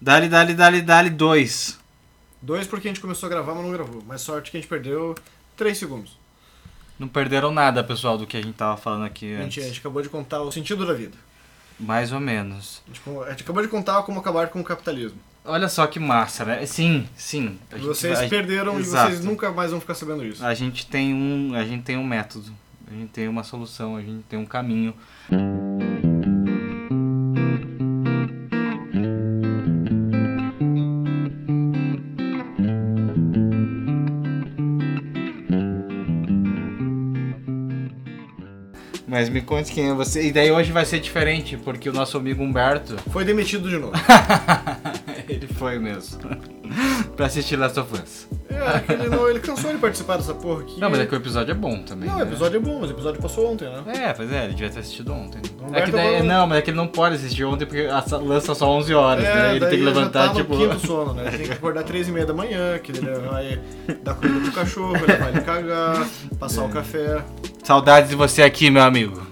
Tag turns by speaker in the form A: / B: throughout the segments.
A: Dali, dali, dali, dali, dois.
B: Dois porque a gente começou a gravar, mas não gravou. Mas sorte que a gente perdeu três segundos.
A: Não perderam nada, pessoal, do que a gente tava falando aqui antes.
B: Mentira, a gente acabou de contar o sentido da vida.
A: Mais ou menos.
B: A gente, com- a gente acabou de contar como acabar com o capitalismo.
A: Olha só que massa, né? Sim, sim. A gente
B: vocês
A: vai-
B: perderam
A: Exato.
B: e vocês nunca mais vão ficar sabendo isso.
A: A gente tem um, a gente tem um método, a gente tem uma solução, a gente tem um caminho. Mas me conte quem é você. E daí hoje vai ser diferente, porque o nosso amigo Humberto,
B: Foi demitido de novo.
A: ele foi mesmo. pra assistir Last of Us.
B: é, que ele, não, ele cansou de participar dessa porra aqui.
A: Não, mas é que o episódio é bom também.
B: Não, o
A: né?
B: episódio é bom, mas o episódio passou ontem, né?
A: É, pois é, ele devia ter assistido ontem.
B: Humberto
A: É que daí-
B: Bruno.
A: não, mas é que ele não pode assistir ontem porque a sa- lança só 11 horas, né? Ele
B: É, daí
A: tem que levantar,
B: já tá
A: tipo.
B: No quinto sono, né? Tem que acordar três e meia da manhã, que ele vai dar comida pro cachorro, ele vai cagar, passar
A: É.
B: o café.
A: Saudades de você aqui, meu amigo.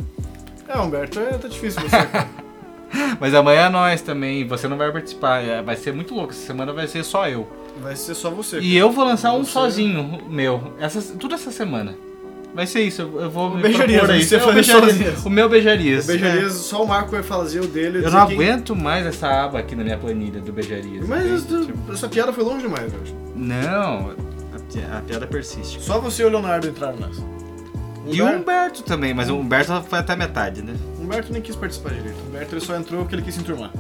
B: É, Humberto, é, tá difícil você.
A: Mas amanhã é nós também, você não vai participar. é, Vai ser muito louco, essa semana vai ser só eu.
B: Vai ser só você.
A: E eu vou lançar um
B: Você-
A: sozinho, meu. Essa, tudo essa semana. Vai ser isso, eu, eu vou me
B: beijarias,
A: propor a
B: né?
A: isso.
B: Você
A: É, o,
B: fazer
A: beijarias.
B: sozinhas.
A: o meu beijarias.
B: O Beijarias, só o Marco vai fazer o dele.
A: É. Eu
B: dizer
A: não
B: quem-
A: aguento mais essa aba aqui na minha planilha do beijarias.
B: Mas
A: entende?
B: isso- essa piada foi longe demais, eu acho.
A: Não, a pi- a piada persiste.
B: Só você e o Leonardo entraram nessa.
A: E o Humberto também, mas o Humberto só foi até a metade, né?
B: Humberto nem quis participar direito. O Humberto ele só entrou porque ele quis se enturmar.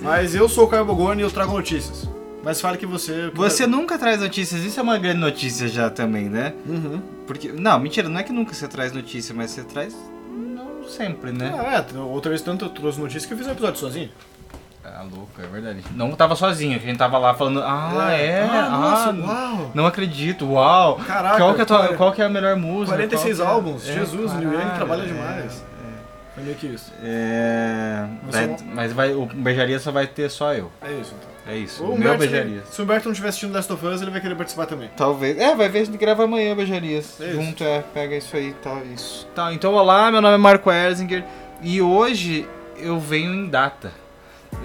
B: Mas eu sou o Caio Bogoni e eu trago notícias. Mas fale que você.
A: Você nunca traz notícias, isso é uma grande notícia já também, né?
B: Uhum.
A: Porque. Não, mentira, não é que nunca você traz notícia, mas você traz. Não sempre, né?
B: Ah, é, outra vez tanto eu trouxe notícia que eu fiz um episódio sozinho.
A: Ah, louco, é verdade. Não tava sozinho, a gente tava lá falando. Ah, é?
B: Ah, nossa,
A: ah,
B: uau!
A: Não acredito, uau!
B: Caraca,
A: qual que é, a tua-
B: cara.
A: qual que é a melhor música? Qual
B: 46
A: que é-
B: álbuns,
A: É,
B: Jesus, o Neil Young
A: caralho,
B: trabalha
A: é.
B: demais. Foi meio que isso.
A: É.
B: Você
A: vai-
B: não-
A: mas vai, o beijaria só vai ter só eu.
B: É isso então.
A: É isso.
B: O
A: o meu
B: Humberto,
A: beijaria.
B: Se o Humberto não estiver assistindo Last of Us, ele vai querer participar também.
A: Talvez. É, vai ver se grava amanhã, Beijarias.
B: É isso.
A: Junto, é. Pega isso aí, tá, isso. Tá, então olá, meu nome é Marco Erzinger e hoje eu venho em data.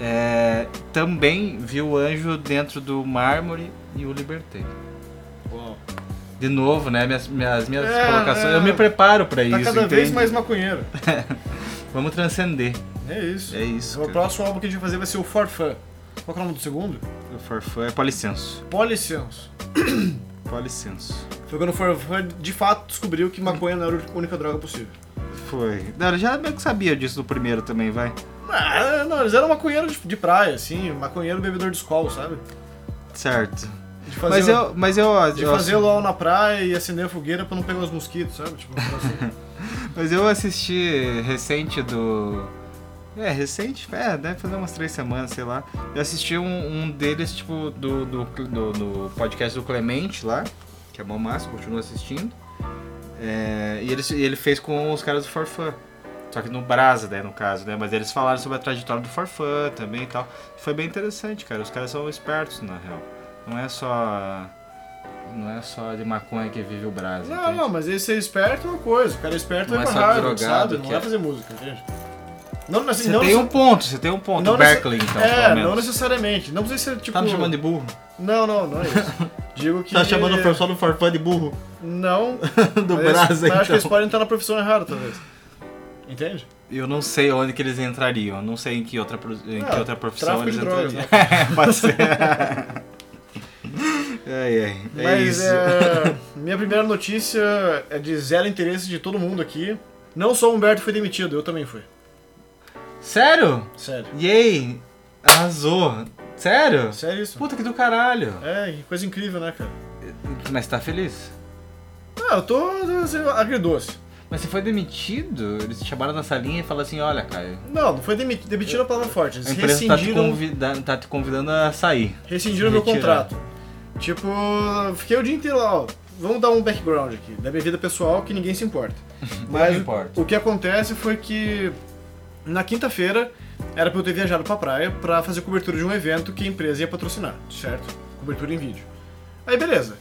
A: É, também vi o anjo dentro do mármore e o libertei.
B: Uau.
A: De novo, né? Minhas, minhas, minhas
B: É,
A: colocações.
B: é.
A: Eu me preparo pra
B: Tá
A: isso.
B: cada vez
A: entende?
B: mais maconheiro.
A: Vamos transcender.
B: É isso.
A: É isso.
B: O
A: Cara.
B: próximo álbum que a gente vai fazer vai ser o For Fun. Qual que é o nome do segundo?
A: O forfã é policenso.
B: Policenso.
A: Policenso.
B: Foi quando o For Fun de fato descobriu que maconha não era a única droga possível.
A: Foi. Não, eu já meio que sabia disso do primeiro também, vai.
B: Ah, não, eles eram maconheiros de, de praia, assim, maconheiro bebedor de escola, sabe?
A: Certo.
B: De fazer,
A: Mas eu. Mas eu.
B: de
A: eu-
B: fazer luau na praia e acender a fogueira pra não pegar os mosquitos, sabe? Tipo, um troço assim.
A: Mas eu assisti recente do. É, recente, é, deve fazer umas três semanas, sei lá. Eu assisti um, um deles, tipo, do, do, do, do podcast do Clemente lá, que é bom massa, continuo assistindo. É, e ele, e ele fez com os caras do Forfã. Só que no Brasa, né, no caso, né? Mas eles falaram sobre a trajetória do Forfã também e tal. Foi bem interessante, cara. Os caras são espertos, na real. Não é só. Não é só de maconha que vive o Brasa.
B: Não,
A: entende?
B: não, mas esse ser esperto é uma coisa. O cara esperto
A: Não
B: é
A: é
B: pra
A: só
B: hard,
A: drogado
B: sabe? Não
A: que
B: vai
A: é.
B: fazer música, entende? Não, não,
A: Você
B: não,
A: tem um ponto, você tem um ponto.
B: não necess-
A: Berkeley, então,
B: É,
A: pelo
B: não
A: menos.
B: necessariamente. Não precisa ser tipo.
A: Tá me chamando de burro? Tá
B: Não, não, não é isso. Digo que.
A: pessoal do Farfã de burro?
B: Não.
A: Do
B: mas- mas
A: Brasa,
B: acho que eles
A: então.
B: podem estar na profissão errada, talvez. Entende?
A: Eu não sei onde que eles entrariam. eu Não sei em que outra, pro- em que
B: Ah,
A: outra profissão
B: tráfico
A: eles
B: de drogas,
A: entrariam. É, pode ser. ai, ai. É
B: Mas
A: isso.
B: é, minha primeira notícia é de zero interesse de todo mundo aqui. Não só o Humberto foi demitido, eu também fui.
A: Sério?
B: Sério.
A: Yay! Arrasou. Sério?
B: Sério isso.
A: Puta que do caralho.
B: É, que coisa incrível, né, cara?
A: Mas tá feliz?
B: Ah, eu tô assim, agridoce.
A: Mas você foi demitido? Eles te chamaram na salinha e falaram assim, olha, Caio,
B: Não, não foi demitido, demitiram a palavra forte. Eles
A: a empresa tá te,
B: rescindiram,
A: convida- tá te convidando a sair.
B: rescindiram meu
A: Retiraram.
B: contrato. Tipo, fiquei o dia inteiro lá, ó. Vamos dar um background aqui, da minha vida pessoal, que ninguém se importa. Mas
A: Não importa.
B: o que acontece foi que na quinta-feira era pra eu ter viajado pra praia pra fazer cobertura de um evento que a empresa ia patrocinar, certo? Cobertura em vídeo. Aí beleza.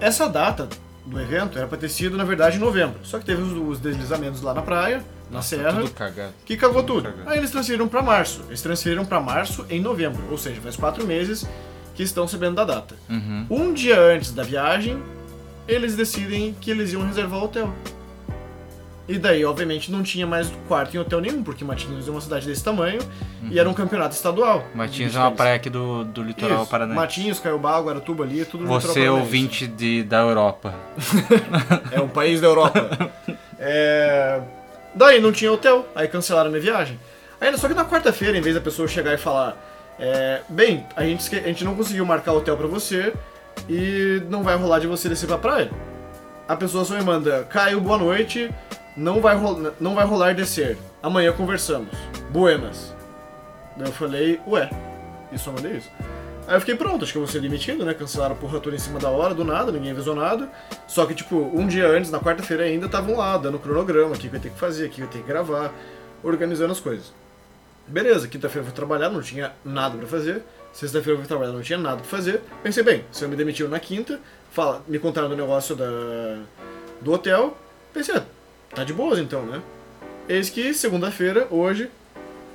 B: Essa data do evento era pra ter sido, na verdade, em novembro. Só que teve os, os deslizamentos lá na praia, na
A: Nossa,
B: serra,
A: Tudo cagado.
B: que cagou
A: tudo
B: tudo.
A: cagado.
B: Aí eles transferiram pra março. Eles transferiram pra março em novembro, ou seja, faz quatro meses que estão sabendo da data.
A: Uhum.
B: Um dia antes da viagem, eles decidem que eles iam reservar o hotel. E daí, obviamente, não tinha mais quarto em hotel nenhum, porque Matinhos é uma cidade desse tamanho e era um campeonato estadual.
A: Matinhos
B: De
A: é uma
B: diferença.
A: praia aqui do, do litoral
B: Isso.
A: paranaense.
B: Matinhos, Caiobá, Guaratuba ali, tudo no litoral
A: Você é
B: paranaense.
A: ouvinte de, da Europa.
B: É um país da Europa. É, Daí não tinha hotel, aí cancelaram minha viagem. Ainda só que na quarta-feira, em vez da pessoa chegar e falar, é, bem, a gente, esque- a gente não conseguiu marcar hotel pra você e não vai rolar de você descer pra praia. A pessoa só me manda, Caio, boa noite, não vai, rola- não vai rolar descer. Amanhã conversamos. Buenas. Daí eu falei, ué, e só mandei isso. Aí eu fiquei pronto, acho que eu vou ser demitido, né? Cancelaram a porra toda em cima da hora, do nada, ninguém avisou nada. Só que, tipo, um dia antes, na quarta-feira ainda, estavam lá, dando cronograma, o que que eu ia ter que fazer, o que que eu ia ter que gravar, organizando as coisas. Beleza, quinta-feira eu fui trabalhar, não tinha nada pra fazer. Sexta-feira eu fui trabalhar, não tinha nada pra fazer. Pensei, bem, se eu me demitiu na quinta, fala, me contaram do negócio da, do hotel. Pensei, ah, tá de boas então, né? Eis que segunda-feira, hoje,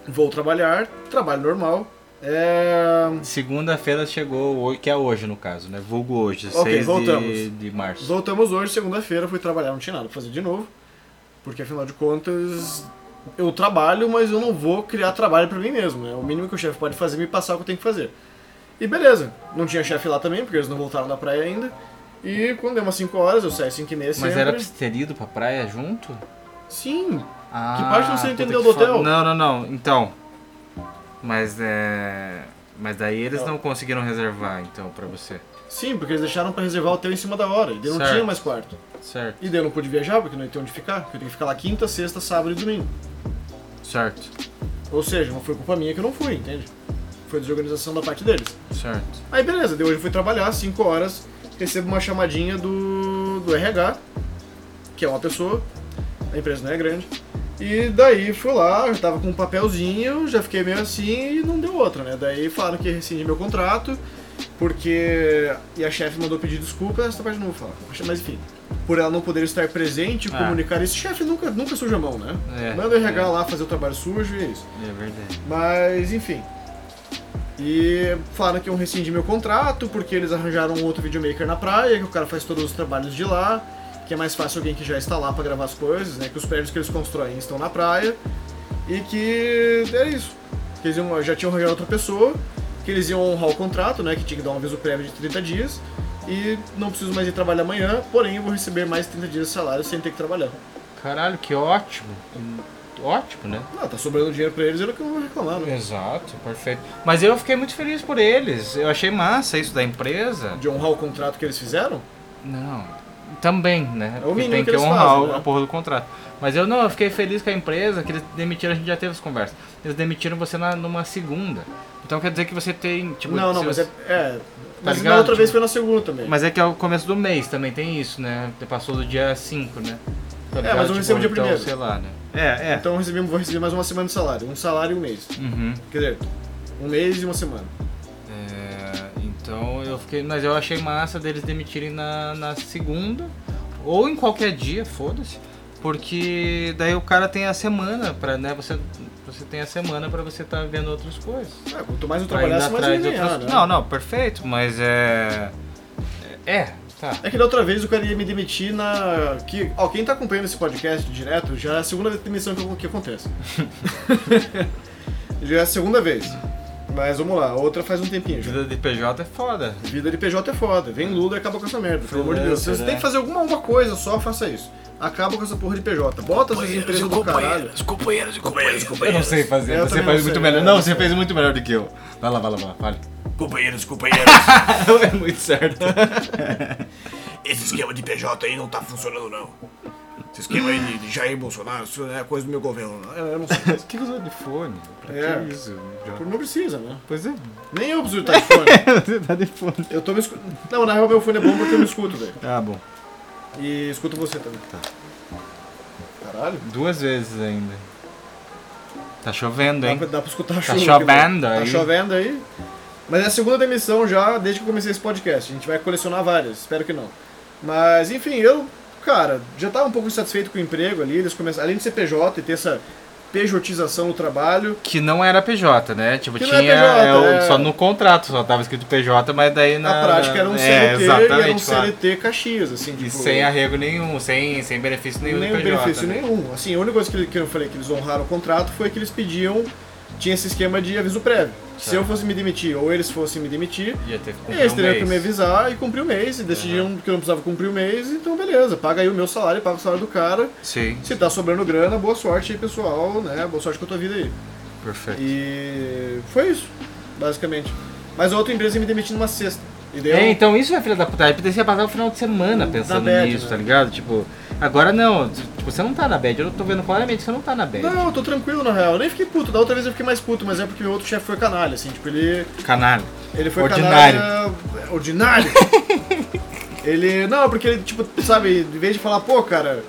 B: vou trabalhar, trabalho normal. É...
A: Segunda-feira chegou, ho- que é hoje no caso, né? Vulgo hoje,
B: Ok,
A: 6 de,
B: voltamos.
A: de março.
B: Voltamos hoje, segunda-feira, fui trabalhar, não tinha nada pra fazer de novo. Porque afinal de contas, eu trabalho, mas eu não vou criar trabalho pra mim mesmo. É o mínimo que o chefe pode fazer é me passar o que eu tenho que fazer. E beleza, não tinha chefe lá também, porque eles não voltaram da praia ainda. E quando deu umas 5 horas, eu saí 5 e meia
A: Mas
B: sempre.
A: era pra você ter ido pra praia junto?
B: Sim,
A: Ah,
B: parte você
A: puta
B: entendeu
A: que
B: do
A: fa-
B: hotel?
A: Não, não, não. Então. Mas é. Mas daí eles
B: Não.
A: não conseguiram reservar, então, pra você.
B: sim, porque eles deixaram pra reservar o hotel em cima da hora. E daí não
A: Certo.
B: tinha mais quarto.
A: Certo.
B: E daí eu não pude viajar, porque não ia ter onde ficar. Porque eu tenho que ficar lá quinta, sexta, sábado e domingo.
A: Certo.
B: Ou seja, não foi culpa minha que eu não fui, entende? Foi desorganização da parte deles.
A: Certo.
B: Aí beleza, de hoje eu fui trabalhar, 5 horas, recebo uma chamadinha do, do RH, que é uma pessoa, a empresa não é grande. E daí fui lá, eu tava com um papelzinho, já fiquei meio assim e não deu outra, né? Daí falaram que rescindi meu contrato, porque. E a chefe mandou pedir desculpa, essa parte eu não vou falar. Mas enfim, por ela não poder estar presente e
A: Ah.
B: comunicar isso, chefe nunca, nunca suja a mão, né?
A: É,
B: Manda o RH
A: é.
B: lá fazer o trabalho sujo e é isso.
A: É verdade.
B: Mas, enfim. E falaram que iam rescindir meu contrato, porque eles arranjaram um outro videomaker na praia, que o cara faz todos os trabalhos de lá, que é mais fácil alguém que já está lá pra gravar as coisas, né? Que os prédios que eles constroem estão na praia. E que era isso. Que eles iam- já tinham arranjado outra pessoa, que eles iam honrar o contrato, né? Que tinha que dar um aviso prévio de 30 dias. E não preciso mais ir trabalhar amanhã, porém eu vou receber mais 30 dias de salário sem ter que trabalhar.
A: Caralho, que ótimo. Ótimo, né?
B: Não, tá sobrando dinheiro pra eles, eu não vou reclamar, né?
A: Exato, perfeito. Mas eu fiquei muito feliz por eles. Eu achei massa isso da empresa.
B: De honrar o contrato que eles fizeram?
A: Não. Também, né?
B: É o
A: Porque
B: mínimo
A: tem
B: que
A: que,
B: eles
A: honrar
B: fazem,
A: o-
B: né?
A: a porra do contrato. Mas eu não, eu fiquei feliz com a empresa, que eles demitiram, a gente já teve essa conversa. Eles demitiram você na, numa segunda. Então quer dizer que você tem, tipo...
B: não, não,
A: se
B: mas
A: você- Tá
B: é. é
A: ligado?
B: mas
A: Tipo-
B: na outra vez foi na segunda também.
A: Mas é que é o começo do mês também, tem isso, né? Passou do dia 5, né? Tá
B: É,
A: ligado?
B: mas eu recebo dia
A: então,
B: primeiro.
A: sei lá, né? É,
B: Então eu recebi, vou receber mais uma semana de salário. Um salário e um mês.
A: Uhum.
B: Quer dizer, um mês e uma semana.
A: É, então eu fiquei. Mas eu achei massa deles demitirem na, na segunda. Ou em qualquer dia, foda-se. Porque daí o cara tem a semana pra, né? Você, você tem a semana pra você estar vendo outras coisas.
B: Ah, quanto mais eu
A: Pra ir
B: trabalhasse, mais eu ia
A: atrás de
B: ganhar,
A: outras-
B: né?
A: Não, não, perfeito, mas é. É, tá.
B: É que da outra vez o cara ia me demitir na. Que, ó, quem tá acompanhando esse podcast direto já é a segunda demissão que, que acontece. já é a segunda vez. Mas vamos lá, a outra faz um tempinho já.
A: Vida de PJ é foda.
B: Vida de PJ é foda. Vem Lula e acaba com essa merda, pelo amor de Deus.
A: Freelancer,
B: Você
A: né?
B: tem que fazer alguma uma coisa só, faça isso. Acaba com essa porra de PJ. Bota essas empresas do caralho.
C: companheiros, companheiros,
A: Eu não
C: companheiros,
A: sei fazer,
B: Eu
A: você
B: também
A: faz muito
B: não sei, né?
A: melhor.
B: eu
A: Não,
B: não
A: você
B: sei.
A: fez muito melhor do que eu. Vai lá, vai lá, vai lá, fale.
C: companheiros, companheiros.
A: é muito certo.
C: Esse esquema de PJ aí não tá funcionando, não. Esse esquema aí de, de Jair Bolsonaro, isso é coisa do meu governo, não.
B: Eu não sei.
A: Por que usou de fone? Pra
B: É.
A: que isso?
B: Por- Não precisa, né?
A: Pois é,
B: Nem eu preciso estar de fone.
A: você tá de fone.
B: Eu tô me escutando. Não, na real meu fone é bom porque eu me escuto, velho.
A: Ah, bom.
B: E escuto você também. Caralho.
A: Duas vezes ainda. Tá chovendo,
B: Dá
A: hein?
B: pra, dá pra escutar a
A: Tá
B: chuva. aqui,
A: chovendo
B: né?
A: aí.
B: Tá chovendo aí. Mas é a segunda demissão já desde que eu comecei esse podcast. A gente vai colecionar várias. Espero que não. Mas, enfim, eu, cara, já tava um pouco insatisfeito com o emprego ali. Eles começaram, além de ser PJ e ter essa pejotização do trabalho,
A: Que não era PJ, né? Tipo,
B: Que não
A: tinha.
B: é PJ,
A: é o-
B: é.
A: só no contrato, só tava escrito PJ, mas daí na.
B: na prática era um
A: é,
B: CLT,
A: exatamente,
B: era um
A: claro.
B: CLT Caxias, assim,
A: E
B: tipo,
A: sem arrego nenhum, sem, sem benefício nenhum
B: nem
A: do PJ.
B: benefício
A: né?
B: nenhum. Assim, a única coisa que, ele- que eu falei que eles honraram o contrato foi que eles pediam, tinha esse esquema de aviso prévio. Se
A: Tá.
B: eu fosse me demitir ou eles fossem me demitir,
A: Ia ter que cumprir
B: eles teriam
A: um
B: que me
A: mês.
B: avisar e cumprir o mês. E decidiram que eu não precisava cumprir o mês, então beleza, paga aí o meu salário, paga o salário do cara.
A: Sim,
B: Se tá sobrando grana, boa sorte aí, pessoal, né? Boa sorte com a tua vida aí.
A: perfeito.
B: E foi isso, basicamente. Mas a outra empresa ia me demitir numa sexta. E daí eu-
A: É, então isso é filha da puta. Aí poderia passar o final de semana pensando
B: bad,
A: nisso,
B: né?
A: tá ligado? Tipo, agora não. Tipo, você não tá na bad. Eu tô vendo claramente que você não tá na bad.
B: Não, eu tô tranquilo na real. Eu nem fiquei puto. Da outra vez eu fiquei mais puto, mas é porque meu outro chefe foi canalha, assim. Tipo, ele,
A: Canalha.
B: ele foi
A: Ordinário.
B: canalha. Ordinário. ele. Não, porque ele, tipo, sabe, em vez de falar, pô, cara.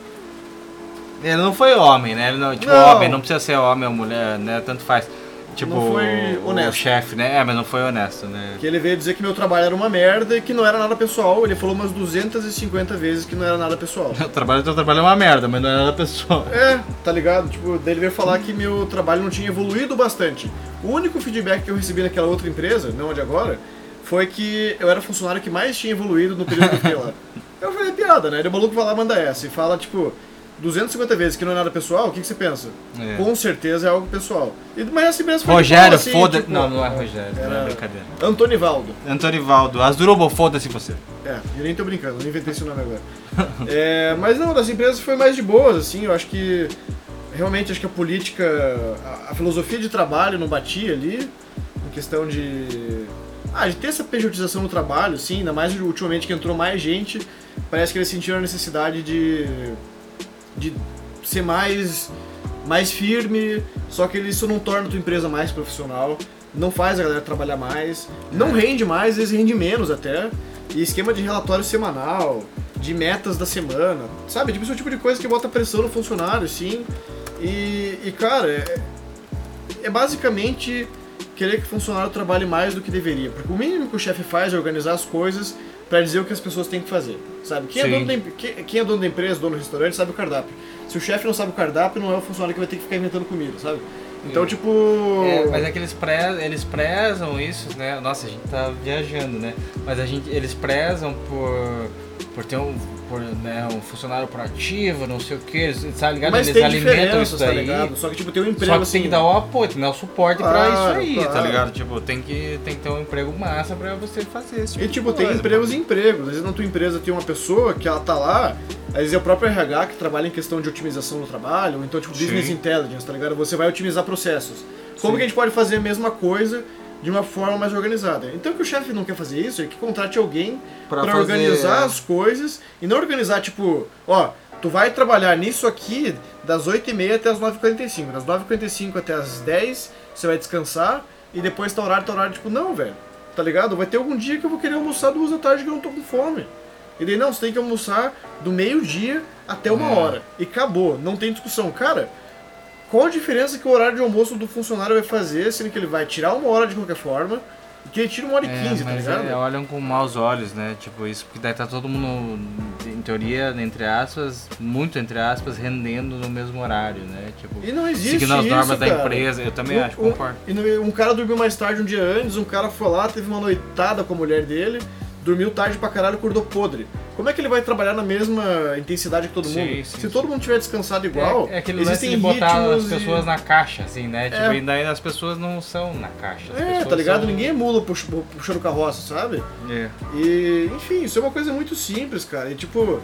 A: Ele não foi homem, né? Ele não, tipo,
B: Não.
A: homem, não precisa ser homem ou mulher, né? Tanto faz. Tipo,
B: Não foi
A: o- o
B: honesto.
A: chefe, né? É, mas não foi honesto, né?
B: Que ele veio dizer que meu trabalho era uma merda e que não era nada pessoal. Ele falou umas 250 vezes que não era nada pessoal.
A: O trabalho do teu trabalho é uma merda, mas não é nada pessoal.
B: É, tá ligado? Tipo, daí ele veio falar que meu trabalho não tinha evoluído bastante. O único feedback que eu recebi naquela outra empresa, não a de agora, foi que eu era o funcionário que mais tinha evoluído no período que eu fiquei lá. Eu falei, é piada, né? Ele é maluco, vai lá, manda essa. E fala, tipo, 250 vezes que não é nada pessoal, o que, que você pensa?
A: É.
B: Com certeza é algo pessoal. E, mas essa empresa foi de boa,
A: Rogério,
B: assim,
A: foda-se.
B: tipo,
A: Não, não é Rogério, não é
B: Era-
A: brincadeira.
B: Antonivaldo.
A: Antonivaldo, Azurubo, foda-se você.
B: É, eu nem tô brincando, eu nem inventei esse nome agora. É, mas não, das empresas foi mais de boas, assim, eu acho que realmente acho que a política, a, a filosofia de trabalho não batia ali, em questão de. Ah, de ter essa pejotização no trabalho, sim, ainda mais ultimamente que entrou mais gente, parece que eles sentiram a necessidade de. de ser mais. mais firme, só que isso não torna a tua empresa mais profissional, não faz a galera trabalhar mais, não rende mais, eles rendem menos até. E esquema de relatório semanal, de metas da semana, sabe? Tipo, esse é o tipo de coisa que bota pressão no funcionário, sim. E, e, cara, é, é basicamente querer que o funcionário trabalhe mais do que deveria. Porque o mínimo que o chefe faz é organizar as coisas pra dizer o que as pessoas têm que fazer, sabe? Quem é,
A: Sim.
B: dono da, em- que- quem é dono da empresa, dono do restaurante, sabe o cardápio. Se o chefe não sabe o cardápio, não é o funcionário que vai ter que ficar inventando comida, sabe? Então,
A: É.
B: tipo...
A: É, mas é que eles, pre- eles prezam isso, né? Nossa, a gente tá viajando, né? Mas a gente, eles prezam por, por ter um, por, né, um funcionário proativo, não sei o que, eles, sabe ligado?
B: Mas
A: eles
B: tem
A: alimentam
B: diferenças,
A: isso
B: tá
A: daí.
B: ligado? Só que, tipo, tem um emprego
A: só que
B: assim...
A: tem que dar o apoio, tem que dar o suporte pra
B: Claro,
A: isso aí, tá
B: claro.
A: ligado? Tipo, tem que, tem que ter um emprego massa pra você fazer esse tipo
B: E
A: de
B: tipo, tem
A: coisa,
B: empregos
A: mano.
B: e empregos. Às vezes na tua empresa tem uma pessoa que ela tá lá, às vezes é o próprio RH que trabalha em questão de otimização do trabalho, ou então tipo
A: Sim.
B: business intelligence, tá ligado? Você vai otimizar processos. Como que a gente pode fazer a mesma coisa de uma forma mais organizada? Então que o chefe não quer fazer isso, é que contrate alguém
A: Pra
B: pra
A: fazer,
B: organizar
A: é.
B: as coisas e não organizar tipo, ó, tu vai trabalhar nisso aqui das 8h30 até as 9h45, das 9h45 até as 10 você vai descansar e depois tá horário, tá horário, tipo, não, velho, tá ligado? Vai ter algum dia que eu vou querer almoçar duas da tarde que eu não tô com fome. E daí, não, você tem que almoçar do meio-dia até uma
A: É.
B: hora. E acabou, não tem discussão. Cara, qual a diferença que o horário de almoço do funcionário vai fazer, sendo que ele vai tirar uma hora de qualquer forma, e que ele tira uma hora e
A: É,
B: quinze, tá
A: mas
B: ligado?
A: é, olham com maus olhos, né? Tipo, isso porque daí tá todo mundo, em teoria, entre aspas, muito entre aspas, rendendo no mesmo horário, né? Tipo,
B: E não existe
A: seguindo as normas
B: isso,
A: da
B: cara.
A: empresa, eu também
B: Um-
A: acho,
B: um-
A: concordo.
B: e no- um cara dormiu mais tarde um dia antes, um cara foi lá, teve uma noitada com a mulher dele, dormiu tarde pra caralho, acordou podre. Como é que ele vai trabalhar na mesma intensidade que todo
A: Sim,
B: mundo?
A: sim,
B: Se
A: sim.
B: todo mundo tiver descansado igual,
A: é, é aquele lance
B: existem
A: de botar as
B: ritmos
A: pessoas
B: e...
A: na caixa, assim, né? Tipo,
B: É.
A: ainda, ainda as pessoas não são na caixa. as
B: É,
A: pessoas
B: tá ligado?
A: são-
B: Ninguém é mula pux- puxando carroça, sabe?
A: É.
B: E, enfim, isso é uma coisa muito simples, cara. E tipo,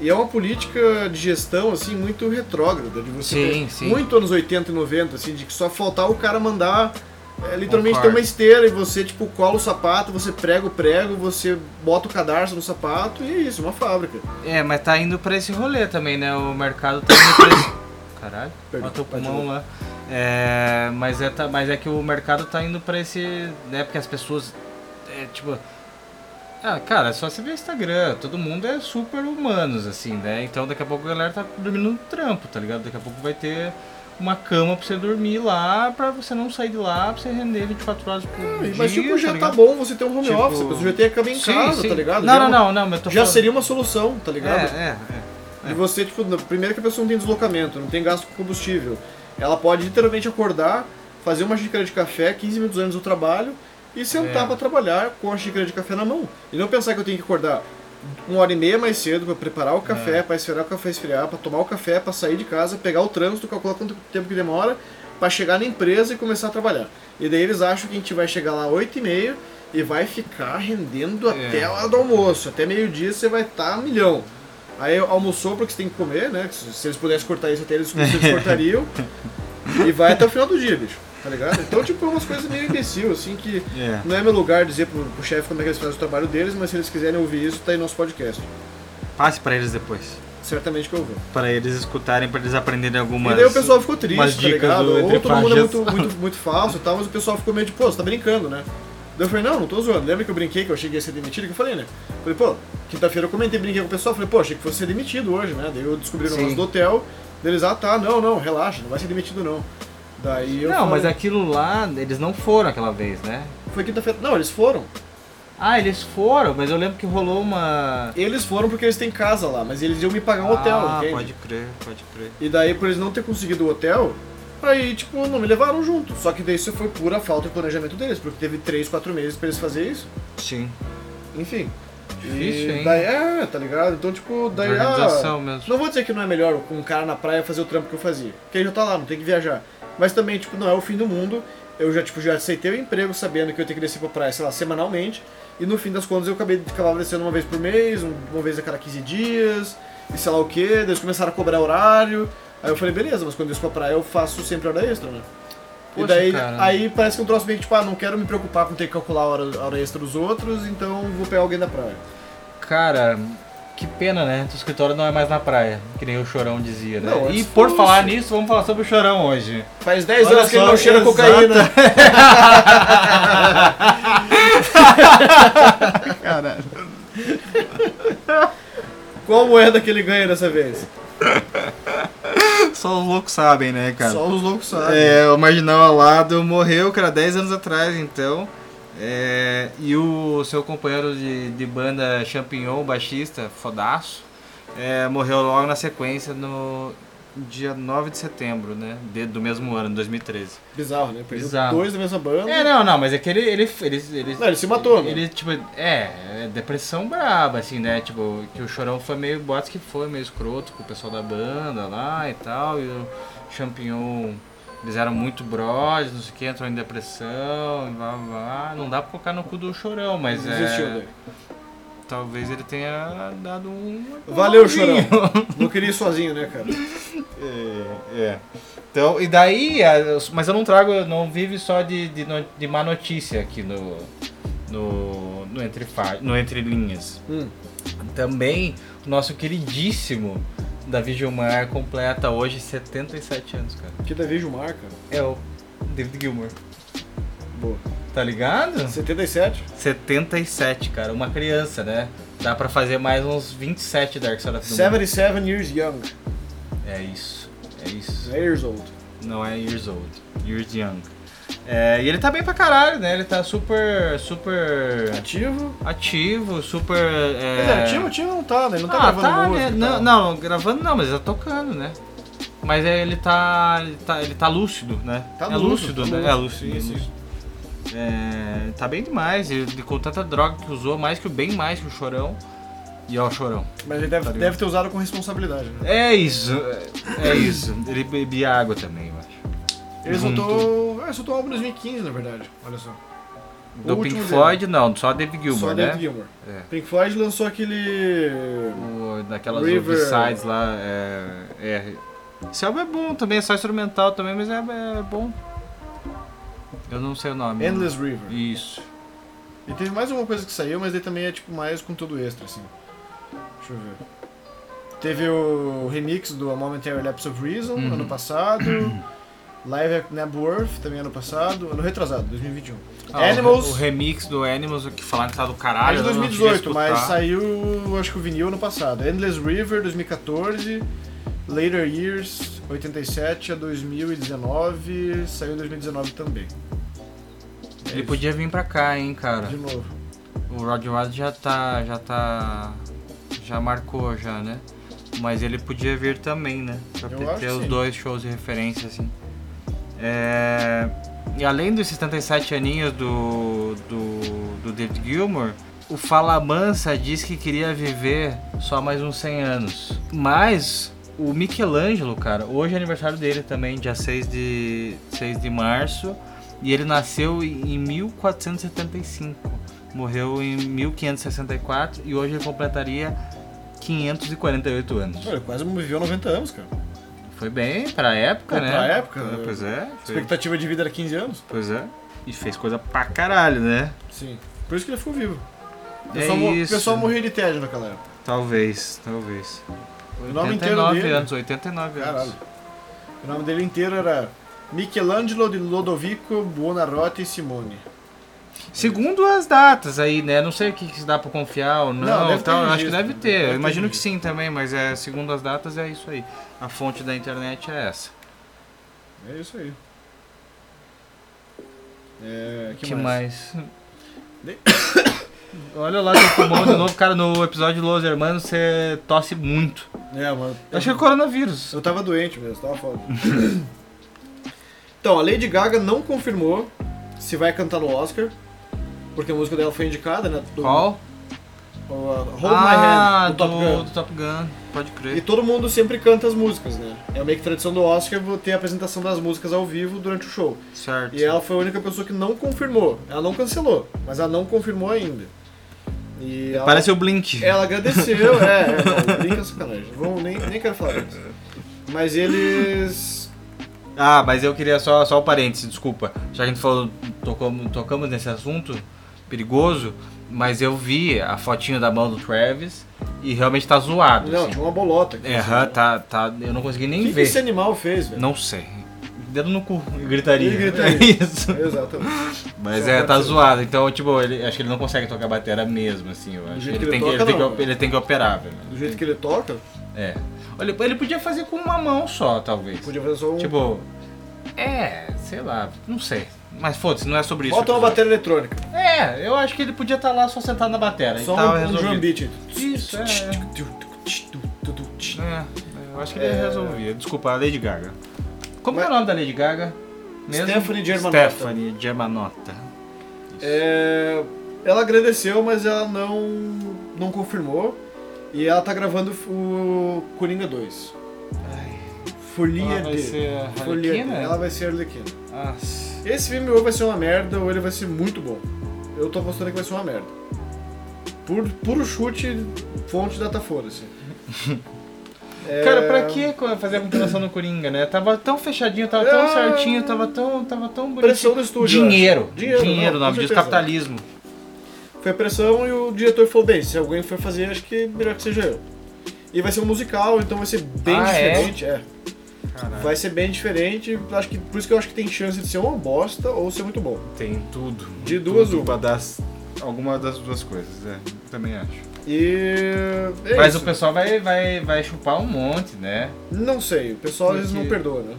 B: e é uma política de gestão, assim, muito retrógrada. De você
A: Sim,
B: ter-
A: sim.
B: Muito anos 80 e 90, assim, de que só faltar o cara mandar. é, literalmente
A: Concordo.
B: ter uma esteira e você, tipo, cola o sapato, você prega o prego, você bota o cadarço no sapato e é isso, uma fábrica.
A: É, mas tá indo pra esse rolê também, né? O mercado tá indo pra esse... Caralho,
B: Perdão,
A: matou o
B: pode
A: pulmão lá. É, mas, é, tá- mas é que o mercado tá indo pra esse... Né? Porque as pessoas, é, tipo... Ah, cara, é só você ver o Instagram. Todo mundo é super humanos, assim, né? Então daqui a pouco a galera tá dormindo no trampo, tá ligado? Daqui a pouco vai ter uma cama pra você dormir lá, pra você não sair de lá, pra você render 24 horas por dia.
B: Mas tipo, já tá
A: ligado?
B: bom você ter um home
A: Tipo,
B: office, a pessoa já tem a cama em
A: Sim,
B: casa,
A: sim.
B: tá ligado?
A: Não,
B: já,
A: não,
B: é uma-
A: não, não, mas eu tô
B: Já
A: falando-
B: seria uma solução, tá ligado?
A: É, é, é.
B: E você, tipo, na- primeiro que a pessoa não tem deslocamento, não tem gasto com combustível. Ela pode literalmente acordar, fazer uma xícara de café, 15 minutos antes do trabalho, e sentar
A: É.
B: pra trabalhar com a xícara de café na mão. E não pensar que eu tenho que acordar uma hora e meia mais cedo pra preparar o café, pra esperar o café esfriar, pra tomar o café, pra sair de casa, pegar o trânsito, calcular quanto tempo que demora, pra chegar na empresa e começar a trabalhar. E daí eles acham que a gente vai chegar lá 8 e meia e vai ficar rendendo até a hora do almoço. Até meio-dia você vai estar tá milhão. Aí almoçou porque você tem que comer, né? Se se eles pudessem cortar isso até eles, eles cortariam. e vai até o final do dia, bicho. Tá ligado? Então, tipo, é umas coisas meio imbecil, assim, que
A: É.
B: não é meu lugar dizer pro, pro chefe como é que eles fazem o trabalho deles, mas se eles quiserem ouvir isso, tá aí nosso podcast.
A: Passe pra eles depois.
B: Certamente que eu vou.
A: Pra eles escutarem, pra eles aprenderem algumas.
B: e daí o pessoal ficou triste,
A: umas
B: tá
A: dicas
B: ligado?
A: do
B: Ou
A: Entre
B: todo mundo é
A: Faixas.
B: muito, muito, muito falso e tal, mas o pessoal ficou meio de, pô, você tá brincando, né? Daí eu falei, não, não tô zoando. Lembra que eu brinquei, que eu cheguei a ser demitido? Que eu falei, né? Falei, pô, quinta-feira eu comentei, brinquei com o pessoal, falei, pô, achei que fosse ser demitido hoje, né? Daí eu descobri o negócio
A: Sim.
B: do hotel, daí eles, ah, tá, não, não, relaxa, não vai ser demitido não. Daí eu
A: Não,
B: falei,
A: mas é aquilo lá, eles não foram aquela vez, né?
B: foi quinta-feira. Não, eles foram.
A: Ah, eles foram, mas eu lembro que rolou uma.
B: Eles foram porque eles têm casa lá, mas eles iam me pagar um hotel,
A: ah,
B: entende?
A: pode crer, pode crer.
B: E daí, por eles não ter conseguido o hotel, aí, tipo, não me levaram junto. Só que daí isso foi pura falta de planejamento deles, porque teve 3, 4 meses pra eles fazerem isso.
A: Sim.
B: Enfim.
A: Difícil,
B: e
A: hein?
B: daí, é, tá ligado? Então, tipo, daí,
A: De organização
B: ah,
A: mesmo.
B: não vou dizer que não é melhor com um cara na praia fazer o trampo que eu fazia, porque ele já tá lá, não tem que viajar. Mas também, tipo, não é o fim do mundo, eu já, tipo, já aceitei o emprego sabendo que eu tenho que descer pra praia, sei lá, semanalmente, e no fim das contas eu acabei, acabava descendo uma vez por mês, um- uma vez a cada 15 dias, e sei lá o que, daí eles começaram a cobrar horário, aí eu falei, beleza, mas quando eu desço pra praia eu faço sempre hora extra, né? e
A: Poxa,
B: daí,
A: cara.
B: aí parece que um troço meio que, tipo, ah, não quero me preocupar com ter que calcular a hora, a hora extra dos outros, então vou pegar alguém da praia.
A: Cara, que pena, né? O escritório não é mais na praia, que nem o Chorão dizia, né?
B: Não,
A: e
B: antes
A: por
B: fosse.
A: falar nisso, vamos falar sobre o Chorão hoje.
B: Faz 10
A: Olha
B: horas que ele
A: só,
B: não cheira
A: exato.
B: cocaína.
A: Caralho.
B: Qual moeda que ele ganha dessa vez?
A: Só os loucos sabem, né, cara?
B: Só os loucos sabem.
A: É, o Marginal Alado morreu, cara, 10 anos atrás, então. É, e o seu companheiro de, de banda Champignon, baixista, fodaço, é, morreu logo na sequência no dia 9 de setembro, né? de- do mesmo ano, 2013.
B: Bizarro, né? Perdeu
A: Bizarro.
B: dois da mesma banda.
A: É, não, não, mas é que ele. ele, ele, ele
B: Não, ele se matou, né?
A: Ele, tipo, é, é depressão braba, assim, né? Tipo, que o Chorão foi meio, boatos que foi meio escroto com o pessoal da banda lá e tal, e o Champignon, eles eram muito bros, não sei o que, entrou em depressão, e blá, blá, blá. Não dá pra colocar no cu do Chorão, mas
B: Desistiu né?
A: é,
B: daí.
A: talvez ele tenha dado um...
B: Valeu, Chorão. Não queria ir sozinho, né, cara?
A: É, é. Então, e daí, a- mas eu não trago, eu não vive só de, de, no- de má notícia aqui no, no, no, entre, Fa- no Entre Linhas.
B: Hum.
A: Também o nosso queridíssimo Davi Gilmar completa hoje 77 anos, cara.
B: Que Davi Gilmar, cara.
A: É o David Gilmour,
B: Boa.
A: tá ligado?
B: 77?
A: 77, cara, uma criança, né? Dá pra fazer mais uns 27 Dark Side of the Moon.
B: 77 years young.
A: É isso, é isso.
B: Years old.
A: Não é years old, years young. É, e ele tá bem pra caralho, né? Ele tá super, super
B: Ativo?
A: ativo, super... é,
B: Quer dizer, ativo, ativo não tá, né? Ele não É. tá
A: ah,
B: gravando
A: tá,
B: música.
A: né?
B: e tal.
A: Não, não, gravando não, mas ele tá tocando, né? Mas é, ele tá, ele tá, ele tá lúcido, né?
B: Tá
A: é
B: lúcido,
A: lúcido,
B: tá
A: né?
B: lúcido.
A: É lúcido.
B: Isso,
A: lúcido. É, tá bem demais, ele com tanta droga que usou, mais que o bem mais que o chorão. E ó, o chorão.
B: Mas ele deve,
A: Tá ligado.
B: deve ter usado com responsabilidade, né?
A: É isso, é isso. Ele bebia água também, eu acho.
B: Ele
A: Junto.
B: soltou. Ah, ele soltou o álbum em 2015, na verdade. Olha só. O
A: Do
B: último
A: Pink
B: dele.
A: Floyd, não, só David Gilmour,
B: Só
A: né?
B: David Gilmour.
A: É.
B: Pink Floyd lançou aquele.
A: O- daquelas
B: River.
A: B-sides lá. É, é. Esse álbum é bom também, é só instrumental também, mas é, é bom. Eu não sei o nome.
B: Endless River.
A: Isso.
B: E teve mais uma coisa que saiu, mas ele também é tipo mais conteúdo extra, assim. Deixa eu ver. Teve o remix do A Momentary Lapse of Reason,
A: Uhum.
B: ano passado. Live at Nebworth, também ano passado. Ano retrasado, 2021.
A: Ah, o-
B: Animals.
A: O, remix do Animals, o que falaram que tá do
B: É
A: caralho.
B: de
A: eu não
B: 2018,
A: cheguei a
B: mas
A: escutar.
B: saiu, acho que o vinil ano passado. Endless River, 2014. Later Years, 87 a 2019, saiu em 2019 também. É
A: Ele
B: isso.
A: podia vir pra cá, hein, cara.
B: De novo.
A: O Rod Wise já tá. já tá. já marcou já, né? Mas ele podia vir também, né? Pra
B: Eu
A: ter-
B: acho
A: ter
B: que
A: os
B: sim.
A: dois shows de referência, assim. É, E além dos 77 aninhos do, do, do David Gilmour, o Falamansa diz que queria viver só mais uns 100 anos. Mas o Michelangelo, cara, hoje é aniversário dele também, dia 6 de, 6 de março. E ele nasceu em em 1475. Morreu em 1564 e hoje ele completaria 548 anos.
B: Pô, Ele quase viveu 90 anos, cara.
A: Foi bem pra época,
B: Pô,
A: né?
B: pra época, né?
A: É, Pois é.
B: A
A: Foi,
B: expectativa de vida era 15 anos?
A: pois é. E fez coisa pra caralho, né?
B: Sim. Por isso que ele ficou vivo. O
A: É
B: pessoal, mo- o
A: isso.
B: pessoal morria de tédio naquela época.
A: Talvez, talvez.
B: O nome inteiro dele.
A: anos, 89
B: Caralho.
A: anos.
B: O nome dele inteiro era Michelangelo di Lodovico Buonarroti Simone.
A: Segundo as datas aí, né? Não sei o que que se dá pra confiar ou não.
B: Não, deve ter
A: tal. Acho que
B: registro.
A: deve ter.
B: Deve
A: Eu
B: ter
A: imagino que
B: registro.
A: sim também, mas é, segundo as datas é isso aí. A fonte da internet é essa.
B: É isso aí. É,
A: que,
B: que,
A: mais?
B: De-
A: Olha lá teu pulmão de novo, cara. No episódio de Los Hermanos você tosse muito.
B: É, mano.
A: Eu acho que é coronavírus.
B: Eu tava doente mesmo, tava foda. então, a Lady Gaga não confirmou se vai cantar no Oscar, porque a música dela foi indicada, né? Do-
A: Qual?
B: o, uh, Hold
A: ah,
B: My Hand, do Top
A: do,
B: Gun.
A: do Top Gun. Pode crer.
B: E todo mundo sempre canta as músicas, né? É meio que tradição do Oscar ter a apresentação das músicas ao vivo durante o show.
A: Certo.
B: E ela foi a única pessoa que não confirmou. Ela não cancelou, mas ela não confirmou ainda. E ela,
A: Parece o Blink.
B: ela agradeceu, é, é não, brinca sacanagem. Vamos, nem, nem quero falar disso. Mas eles.
A: Ah, mas eu queria só, só o parênteses, desculpa. Já que a gente falou, tocamos, tocamos nesse assunto perigoso, mas eu vi a fotinho da mão do Travis e realmente tá zoado.
B: Não,
A: assim.
B: tinha uma bolota. aqui,
A: É,
B: assim,
A: aham,
B: né?
A: tá, tá. Eu não consegui
B: O
A: nem
B: que, que
A: ver.
B: esse animal fez, velho?
A: Não sei. Dedo no cu e gritaria.
B: E gritaria.
A: É isso.
B: Exatamente.
A: Mas
B: Já
A: é, tá
B: aconteceu.
A: zoado. Então, tipo, ele, acho que ele não consegue tocar bateria mesmo, assim. Eu acho.
B: jeito
A: Ele,
B: que ele
A: tem que, ele,
B: toca,
A: tem que,
B: não,
A: op-
B: velho.
A: ele tem que operar, velho.
B: Do jeito que ele toca,
A: É. Olha, ele podia fazer com uma mão só, talvez.
B: podia fazer só um.
A: Tipo, é, sei lá, não sei. Mas foda-se, não é sobre isso.
B: Bota uma bateria eletrônica.
A: É, eu acho que ele podia estar lá só sentado na bateria.
B: Só
A: e tava
B: um, um
A: resolvido.
B: drum beat.
A: Isso, é. É, eu acho que ele
B: É.
A: resolvia. Desculpa, a Lady Gaga. Como
B: Mas-
A: é o nome da Lady Gaga?
B: Stephanie Germanotta.
A: Stephanie Germanotta.
B: É, ela agradeceu, mas ela não, não confirmou. E ela tá gravando o Coringa 2. Folia
A: Ela vai
B: de.
A: ser a
B: Folia de-
A: Arlequina?
B: Ela vai ser a Arlequina.
A: Nossa.
B: Esse filme ou vai ser uma merda ou ele vai ser muito bom. Eu tô apostando que vai ser uma merda. Puro, puro chute, fonte Datafolha, assim. É,
A: Cara, pra que fazer a compilação no Coringa, né? Tava tão fechadinho, tava
B: É.
A: tão certinho, tava tão, tava tão bonitinho.
B: Pressão do estúdio, eu
A: Dinheiro.
B: acho. Dinheiro,
A: Dinheiro,
B: não,
A: dinheiro o nome
B: com
A: disso,
B: certeza.
A: capitalismo.
B: Foi a pressão e o diretor falou, bem, se alguém for fazer, acho que melhor que seja eu. E vai ser um musical, então vai ser bem
A: Ah, é?
B: diferente, é. Vai ser bem diferente, acho que, por isso que eu acho que tem chance de ser uma bosta ou ser muito bom.
A: Tem tudo.
B: De duas,
A: tudo
B: uma.
A: pra dar s- alguma das duas coisas, é. Também acho.
B: E. É
A: Mas
B: isso.
A: o pessoal vai, vai, vai chupar um monte, né?
B: Não sei, o pessoal às vezes não
A: Porque-
B: perdoa, né?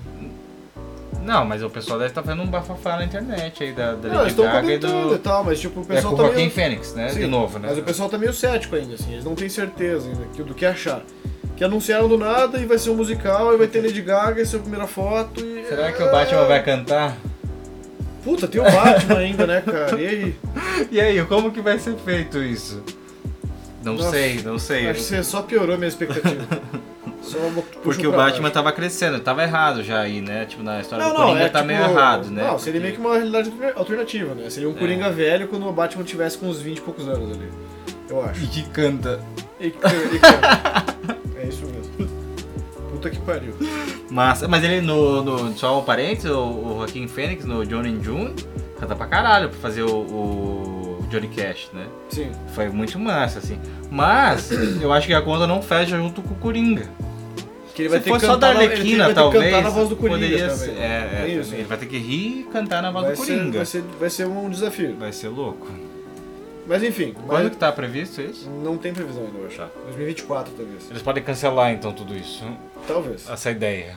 A: Não, mas o pessoal deve estar fazendo um bafafá na internet aí da, da
B: Não, eles
A: Lady
B: estão
A: Gaga e
B: comentando e
A: do.
B: tal, mas tipo, o
A: É com
B: pessoal
A: o
B: tá
A: Joaquim
B: meio.
A: Fênix, né?
B: Sim,
A: De novo, né?
B: Mas o pessoal tá meio cético ainda, assim, eles não têm certeza ainda que- do que achar. Que anunciaram do nada e vai ser um musical, e vai ter Lady Gaga, e ser a primeira foto e. Ah,
A: Será que o Batman vai cantar?
B: Puta, tem o Batman ainda, né, cara? E aí?
A: E aí, como que vai ser feito isso? Não
B: Nossa,
A: sei, não sei.
B: Acho que você só piorou minha expectativa. Só uma- puxa
A: Porque o
B: pra
A: Batman
B: baixo.
A: tava crescendo, tava errado já aí, né? Tipo, na história
B: Não,
A: do
B: não,
A: Coringa
B: é,
A: tá
B: tipo,
A: meio errado, né? É.
B: Não, seria meio que uma realidade alternativa, né? Seria um Coringa velho quando o Batman tivesse com uns 20 e poucos anos ali. Eu acho.
A: E que canta.
B: E- e- e- é isso mesmo. Puta que pariu.
A: Mas, mas ele no, no- Só um parênteses, o, o Joaquim Fênix no Johnny and June canta pra caralho pra fazer o, o Johnny Cash, né?
B: Sim.
A: Foi muito massa, assim. Mas eu acho que a conta não fecha junto com o Coringa.
B: Que ele
A: Se
B: que
A: fosse só da
B: cantar na- ele tem-
A: Arlequina,
B: vai ter que
A: talvez.
B: cantar na voz do Coringa
A: poderia
B: também.
A: ser- é, é,
B: É isso.
A: ele vai ter que rir e cantar na voz
B: Vai
A: do
B: ser,
A: Coringa.
B: vai, ser, vai ser um desafio.
A: Vai ser louco.
B: Mas enfim,
A: Quando
B: mas
A: que tá previsto isso?
B: não tem previsão ainda, eu acho.
A: Tá.
B: 2024, talvez.
A: Eles podem cancelar então tudo isso.
B: Talvez.
A: Essa ideia.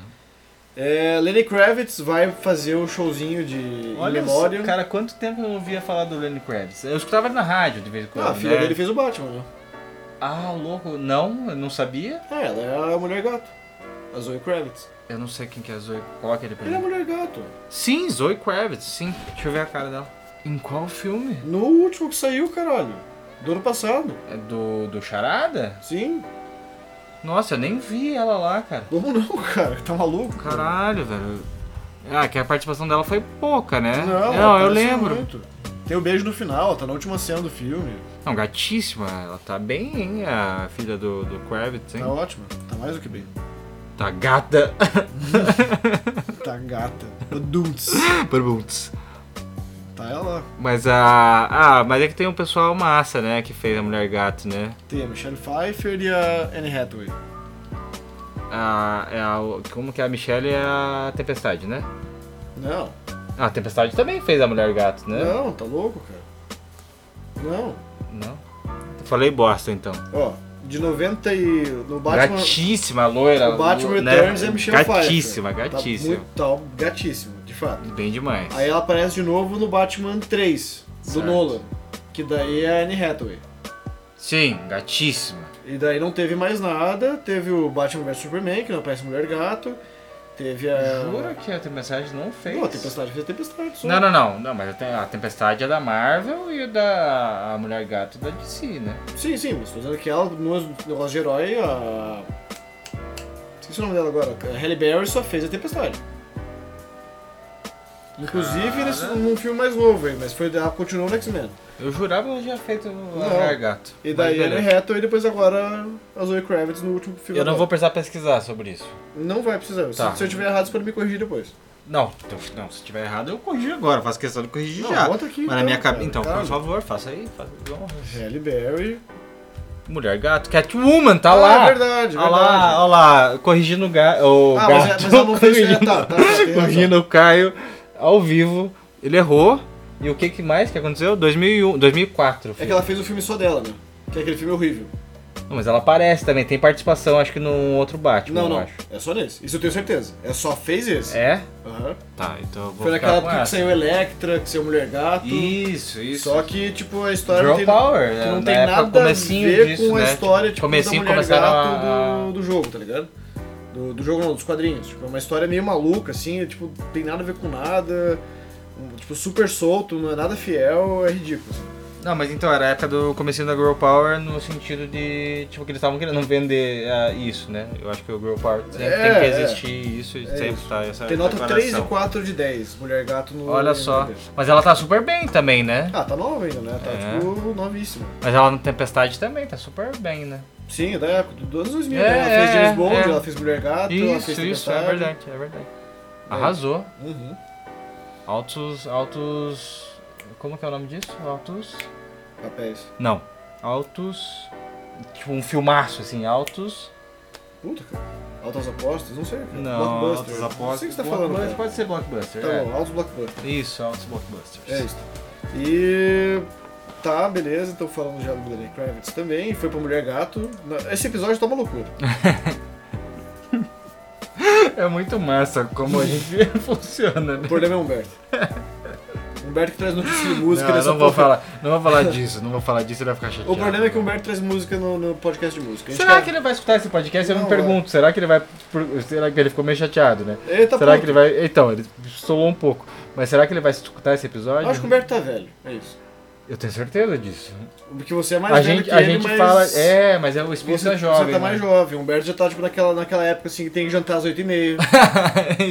B: É, Lenny Kravitz vai fazer o showzinho de
A: Olha,
B: In Memoriam.
A: cara, quanto tempo eu não ouvia falar do Lenny Kravitz? Eu escutava ele na rádio de vez em quando.
B: Ah, a filha
A: né?
B: dele fez o Batman, né?
A: Ah, louco. Não, eu não sabia.
B: É, ela é a mulher gato. A Zoe Kravitz.
A: Eu não sei quem que é a Zoe. Coloca ele pra
B: Ele é a
A: mim.
B: mulher gato.
A: Sim, Zoe Kravitz, sim. Deixa eu ver a cara dela. Em qual filme?
B: No último que saiu, caralho. Do ano passado.
A: É do, do Charada?
B: Sim.
A: Nossa, eu nem vi ela lá, cara.
B: Como não, cara? Tá maluco?
A: Caralho, velho. Ah, que a participação dela foi pouca, né?
B: Não,
A: eu
B: apareceu
A: lembro.
B: muito. Tem o beijo no final, tá na última cena do filme.
A: Não, gatíssima. Ela tá bem, hein, a filha do, do Kravitz, hein?
B: Tá ótimo. Tá mais do que bem.
A: Tá gata.
B: Tá gata. Adults.
A: Perguntas.
B: Tá ela.
A: Mas a. Ah, mas é que tem um pessoal massa, né? Que fez a mulher gato, né?
B: Tem a Michelle Pfeiffer e a Anne Hathaway.
A: A, é a- como que é? a Michelle é a Tempestade, né?
B: Não.
A: Ah, a Tempestade também fez a mulher gato, né?
B: Não, tá louco, cara. Não.
A: Não. Falei bosta então.
B: Ó, de 90 e... No Batman...
A: Gatíssima, loira.
B: O Batman
A: lo- né?
B: Returns é Michelle Pfeiffer.
A: Gatíssima, gatíssima.
B: Tá, muito, tá gatíssimo, de fato.
A: Bem demais.
B: Aí ela aparece de novo no Batman 3, do
A: Certo.
B: Nolan. Que daí é a Anne Hathaway.
A: Sim, gatíssima.
B: E daí não teve mais nada. Teve o Batman vs Superman, que não aparece Mulher Gato. Teve a.
A: Jura que a Tempestade não fez?
B: É. Pô, a Tempestade fez a Tempestade. Só.
A: Não, não, não. Não, mas a Tem- a Tempestade é da Marvel e da a Mulher Gato é da DC, né?
B: Sim, sim, mas tô dizendo que ela, no negócio de herói, a. Esqueci o nome dela agora. A Halle Berry só fez a Tempestade. Inclusive,
A: Cara.
B: nesse, num filme mais novo aí, mas foi, ela continuou no X-Men.
A: Eu jurava que eu tinha feito a Mulher Gato.
B: E
A: Mas
B: daí
A: beleza.
B: Anne Hathaway e depois agora a Zoe Kravitz no último filme.
A: Eu não vou
B: agora.
A: precisar pesquisar sobre isso.
B: Não vai precisar. Se-
A: Tá.
B: Se eu tiver errado, você pode me corrigir depois.
A: Não, então, não, se tiver errado eu corrijo agora, faço questão de corrigir
B: Não,
A: já.
B: bota aqui,
A: Mas na
B: então,
A: minha
B: cara,
A: cabeça. Então,
B: cara.
A: por favor, faça aí. Faça...
B: Halle Berry.
A: Mulher gato, Catwoman, tá
B: ah,
A: lá.
B: É verdade, é verdade.
A: Olha lá, olha lá, corrigindo o, ga... o
B: Ah, mas, é-
A: gato.
B: mas ela não fez. É,
A: corrigindo,
B: tá, tá, tá, tem razão.
A: corrigindo o Caio ao vivo. Ele errou. E o que, que mais que aconteceu? 2001, 2004.
B: É
A: filho.
B: que ela fez o filme só dela, né? Que é aquele filme horrível.
A: Não, mas ela aparece também, tem participação, acho que num outro Batman,
B: não,
A: eu
B: não.
A: acho.
B: É só nesse. Isso eu tenho certeza. É só fez esse.
A: É?
B: Aham.
A: Tá, então eu vou
B: Foi
A: ficar
B: naquela
A: com
B: época que
A: essa.
B: saiu Electra, que saiu Mulher Gato.
A: Isso, isso.
B: Só que, tipo, a história
A: Girl
B: não tem,
A: Power, né?
B: não
A: Na
B: tem
A: época,
B: nada a ver
A: comecinho disso,
B: com a
A: né?
B: história, tipo,
A: Comecinho,
B: da mulher
A: começaram
B: gato
A: a-
B: do, do jogo, tá ligado? Do, do jogo não, dos quadrinhos. Tipo, é uma história meio maluca, assim, tipo, tem nada a ver com nada. um, tipo, super solto, não é nada fiel, é ridículo. assim.
A: Não, mas então era a época do comecinho da Girl Power no sentido de, tipo, que eles estavam querendo vender ah, isso, né? Eu acho que o Girl Power sempre
B: É,
A: tem que
B: é.
A: existir isso e
B: É
A: sempre
B: isso.
A: tá essa
B: Tem nota 3 e
A: declaração.
B: 4 de 10, Mulher Gato no.
A: Olha só.
B: no-
A: Mas ela tá super bem também, né?
B: Ah, tá nova ainda, né? Tá,
A: É.
B: tipo, novíssima.
A: Mas ela no Tempestade também tá super bem, né?
B: Sim, é da época, dos anos 2000,
A: É,
B: né? Ela fez
A: é,
B: James Bond,
A: é.
B: ela fez Mulher Gato, ela fez
A: isso, isso, é
B: Tempestade.
A: verdade, é verdade. Arrasou.
B: Uhum.
A: Altos, altos... Como que é o nome disso? Altos...
B: Papéis.
A: Não. Altos... Tipo, um filmaço, assim, altos...
B: Puta, cara. Altas apostas? Não sei. Cara.
A: Não,
B: blockbuster.
A: altos
B: Não sei
A: apostas.
B: o que você tá falando.
A: Blockbuster,
B: cara.
A: Pode ser Blockbuster,
B: Tá
A: é.
B: bom, altos blockbusters.
A: Isso, altos Blockbusters.
B: É isso. E. Tá, beleza, então falando já do Lenny Kravitz também. Foi pra Mulher Gato. Na- Esse episódio tá uma loucura.
A: É muito massa como a gente funciona, né?
B: O problema é o Humberto. Humberto que traz notícias de música
A: não, eu
B: nessa
A: não vou
B: porra.
A: falar, não vou falar disso, não vou falar disso, ele vai ficar chateado.
B: O problema é que o Humberto traz música no, no podcast de música. A gente
A: Será
B: quer-
A: que ele vai escutar esse podcast? Eu
B: Não,
A: me pergunto, será que ele vai. Será que ele ficou meio chateado, né?
B: ele tá
A: será
B: puto.
A: que ele vai. Então, ele soou um pouco. Mas será que ele vai escutar esse episódio?
B: Acho que o Humberto tá velho. É isso.
A: Eu tenho certeza disso.
B: Porque você é mais
A: a
B: velho
A: gente,
B: que
A: a
B: ele,
A: gente
B: mas...
A: fala. É, mas é o espírito
B: Você,
A: é jovem.
B: você tá mais jovem, o Humberto já tá tipo, naquela, naquela época assim que tem que jantar às 8h30,
A: jovem.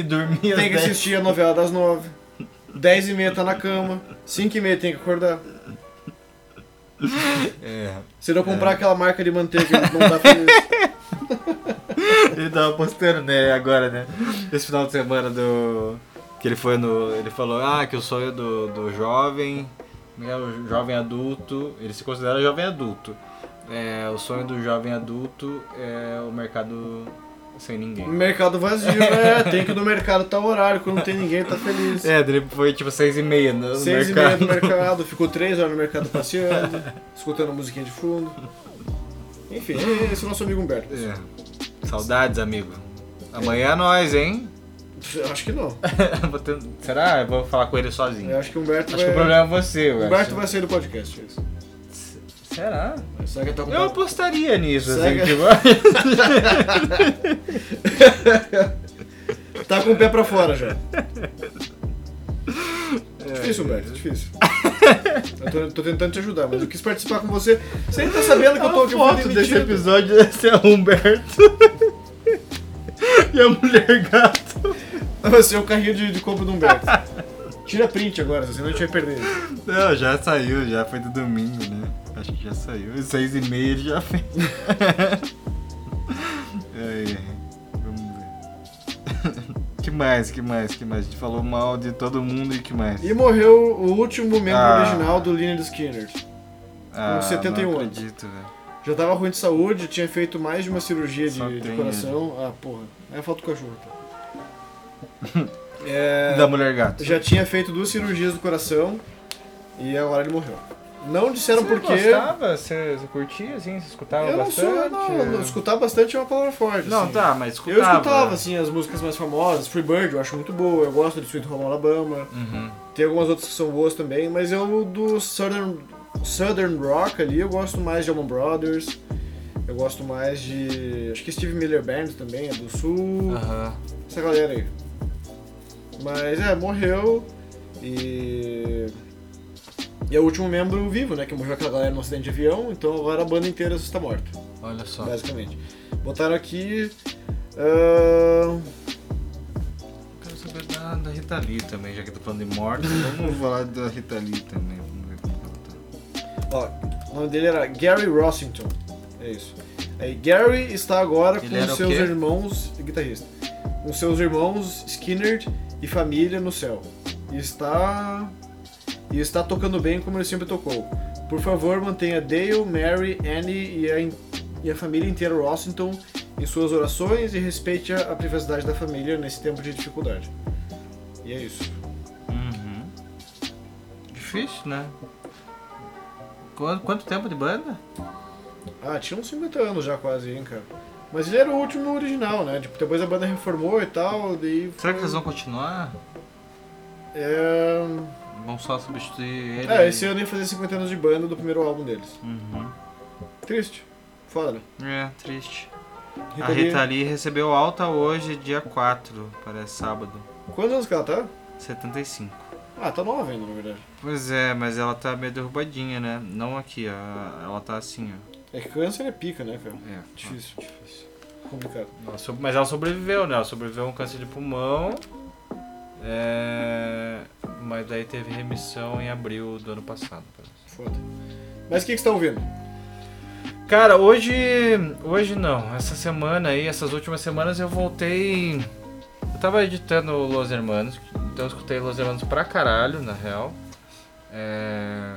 A: e dormia.
B: Tem que
A: né?
B: assistir a novela das nove. Dez e meia tá na cama. Cinco e meia tem que acordar.
A: É.
B: Se não comprar aquela marca de manteiga, ele não tá feliz.
A: Ele tava postando, né, agora, né? Esse final de semana do. Que ele foi no. Ele falou, ah, que o sonho do, do jovem. Né, o jovem adulto. Ele se considera jovem adulto. É, o sonho do jovem adulto é o mercado sem ninguém.
B: Mercado vazio, é. Tem que ir no mercado tal horário, quando não tem ninguém, tá feliz.
A: É, ele foi tipo seis e meia no
B: Seis e meia
A: mercado.
B: no mercado, ficou três horas no mercado passeando, escutando musiquinha de fundo. Enfim, esse é o nosso amigo Humberto.
A: É. Saudades, amigo. Amanhã é nós, hein?
B: Eu acho que não.
A: Vou ten- Será? Eu vou falar com ele sozinho.
B: Eu acho que o Humberto
A: Acho que
B: vai...
A: o problema é você,
B: o
A: eu
B: Humberto
A: acho.
B: vai sair do podcast, Chase.
A: Será?
B: Será que ele tá com
A: Eu apostaria nisso,
B: Será
A: assim,
B: que-
A: tipo...
B: Tá com o pé pra fora já.
A: É.
B: Difícil, Humberto, difícil. Eu tô, tô tentando te ajudar, mas eu quis participar com você. Você ainda tá sabendo que eu tô
A: A
B: que eu fui
A: foto é desse
B: demitido.
A: episódio deve ser o Humberto e a mulher gato.
B: Vai ser Ah, é o carrinho de, de compra do Humberto. Tira print agora, senão a gente vai perder.
A: Não, já saiu, já foi do domingo, né? Acho que já saiu. Às Seis e meia ele já fez. Ai, ai. vamos ver. Que mais, que mais, que mais? A gente falou mal de todo mundo e que mais?
B: E morreu o último membro
A: Ah.
B: original do Leonard Skinner.
A: Ah,
B: com 71
A: não
B: anos.
A: acredito, velho.
B: Já tava ruim de saúde, tinha feito mais de uma cirurgia
A: Só
B: de, de
A: tem
B: coração. Ah, porra. É falta do cachorro, tá? É...
A: Da mulher gato.
B: já tinha feito duas cirurgias do coração e agora ele morreu. Não disseram por quê.
A: gostava? Você curtia, assim? Você escutava
B: Eu não
A: bastante?
B: sou, não, não, escutar bastante é uma palavra forte.
A: Não,
B: assim.
A: tá, mas
B: Eu
A: escutava.
B: escutava, assim, as músicas mais famosas, Free Bird eu acho muito boa, eu gosto de Sweet Home Alabama,
A: Uhum.
B: tem algumas outras que são boas também, mas eu do Southern, Southern Rock ali, eu gosto mais de Allman Brothers, eu gosto mais de, acho que Steve Miller Band também, é do Sul,
A: Aham.
B: essa galera aí. Mas é, morreu e. E é o último membro vivo, né? Que morreu aquela galera no acidente de avião, então agora a banda inteira está morta,
A: Olha só.
B: basicamente. Botaram aqui. ahn,
A: Quero saber da, da Rita Lee também, já que tá falando de morte. Vamos falar da Rita Lee também. Vamos ver como ela tá.
B: ó, o nome dele era Gary Rossington. É isso. Aí Gary está agora
A: Ele
B: com
A: era o
B: seus
A: quê?
B: irmãos. Guitarrista. Com seus irmãos Skinner e família no céu. E está. E está tocando bem como ele sempre tocou. Por favor, mantenha Dale, Mary, Annie e a, in- e a família inteira Rossington em suas orações e respeite a, a privacidade da família nesse tempo de dificuldade. E é isso.
A: Uhum. Difícil, né? Quanto, quanto tempo de banda?
B: Ah, tinha uns 50 anos já quase, hein, cara. Mas ele era o último original, né? Tipo, depois a banda reformou e tal, daí...
A: Será que eles vão continuar?
B: É...
A: Vão só substituir ele?
B: é, esse ano ia fazer 50 anos de banda do primeiro álbum deles.
A: Uhum.
B: Triste. Foda, né?
A: É, triste.
B: Rita
A: a
B: Lee-
A: Rita Lee recebeu alta hoje, dia 4, parece sábado.
B: Quantos anos que ela tá?
A: 75.
B: Ah, tá nova ainda, na verdade.
A: Pois é, mas ela tá meio derrubadinha, né? Não aqui, ó. ela tá assim, ó.
B: É que câncer é pica, né, cara?
A: É,
B: Difícil, difícil. Complicado.
A: Ela so- mas ela sobreviveu, né? Ela sobreviveu a um câncer de pulmão. é, Mas daí teve remissão em abril do ano passado. parece.
B: Foda. Mas o que que você tá ouvindo?
A: Cara, hoje. Hoje não. Essa semana aí, essas últimas semanas eu voltei. Eu tava editando o Los Hermanos. Então eu escutei Los Hermanos pra caralho, na real. É,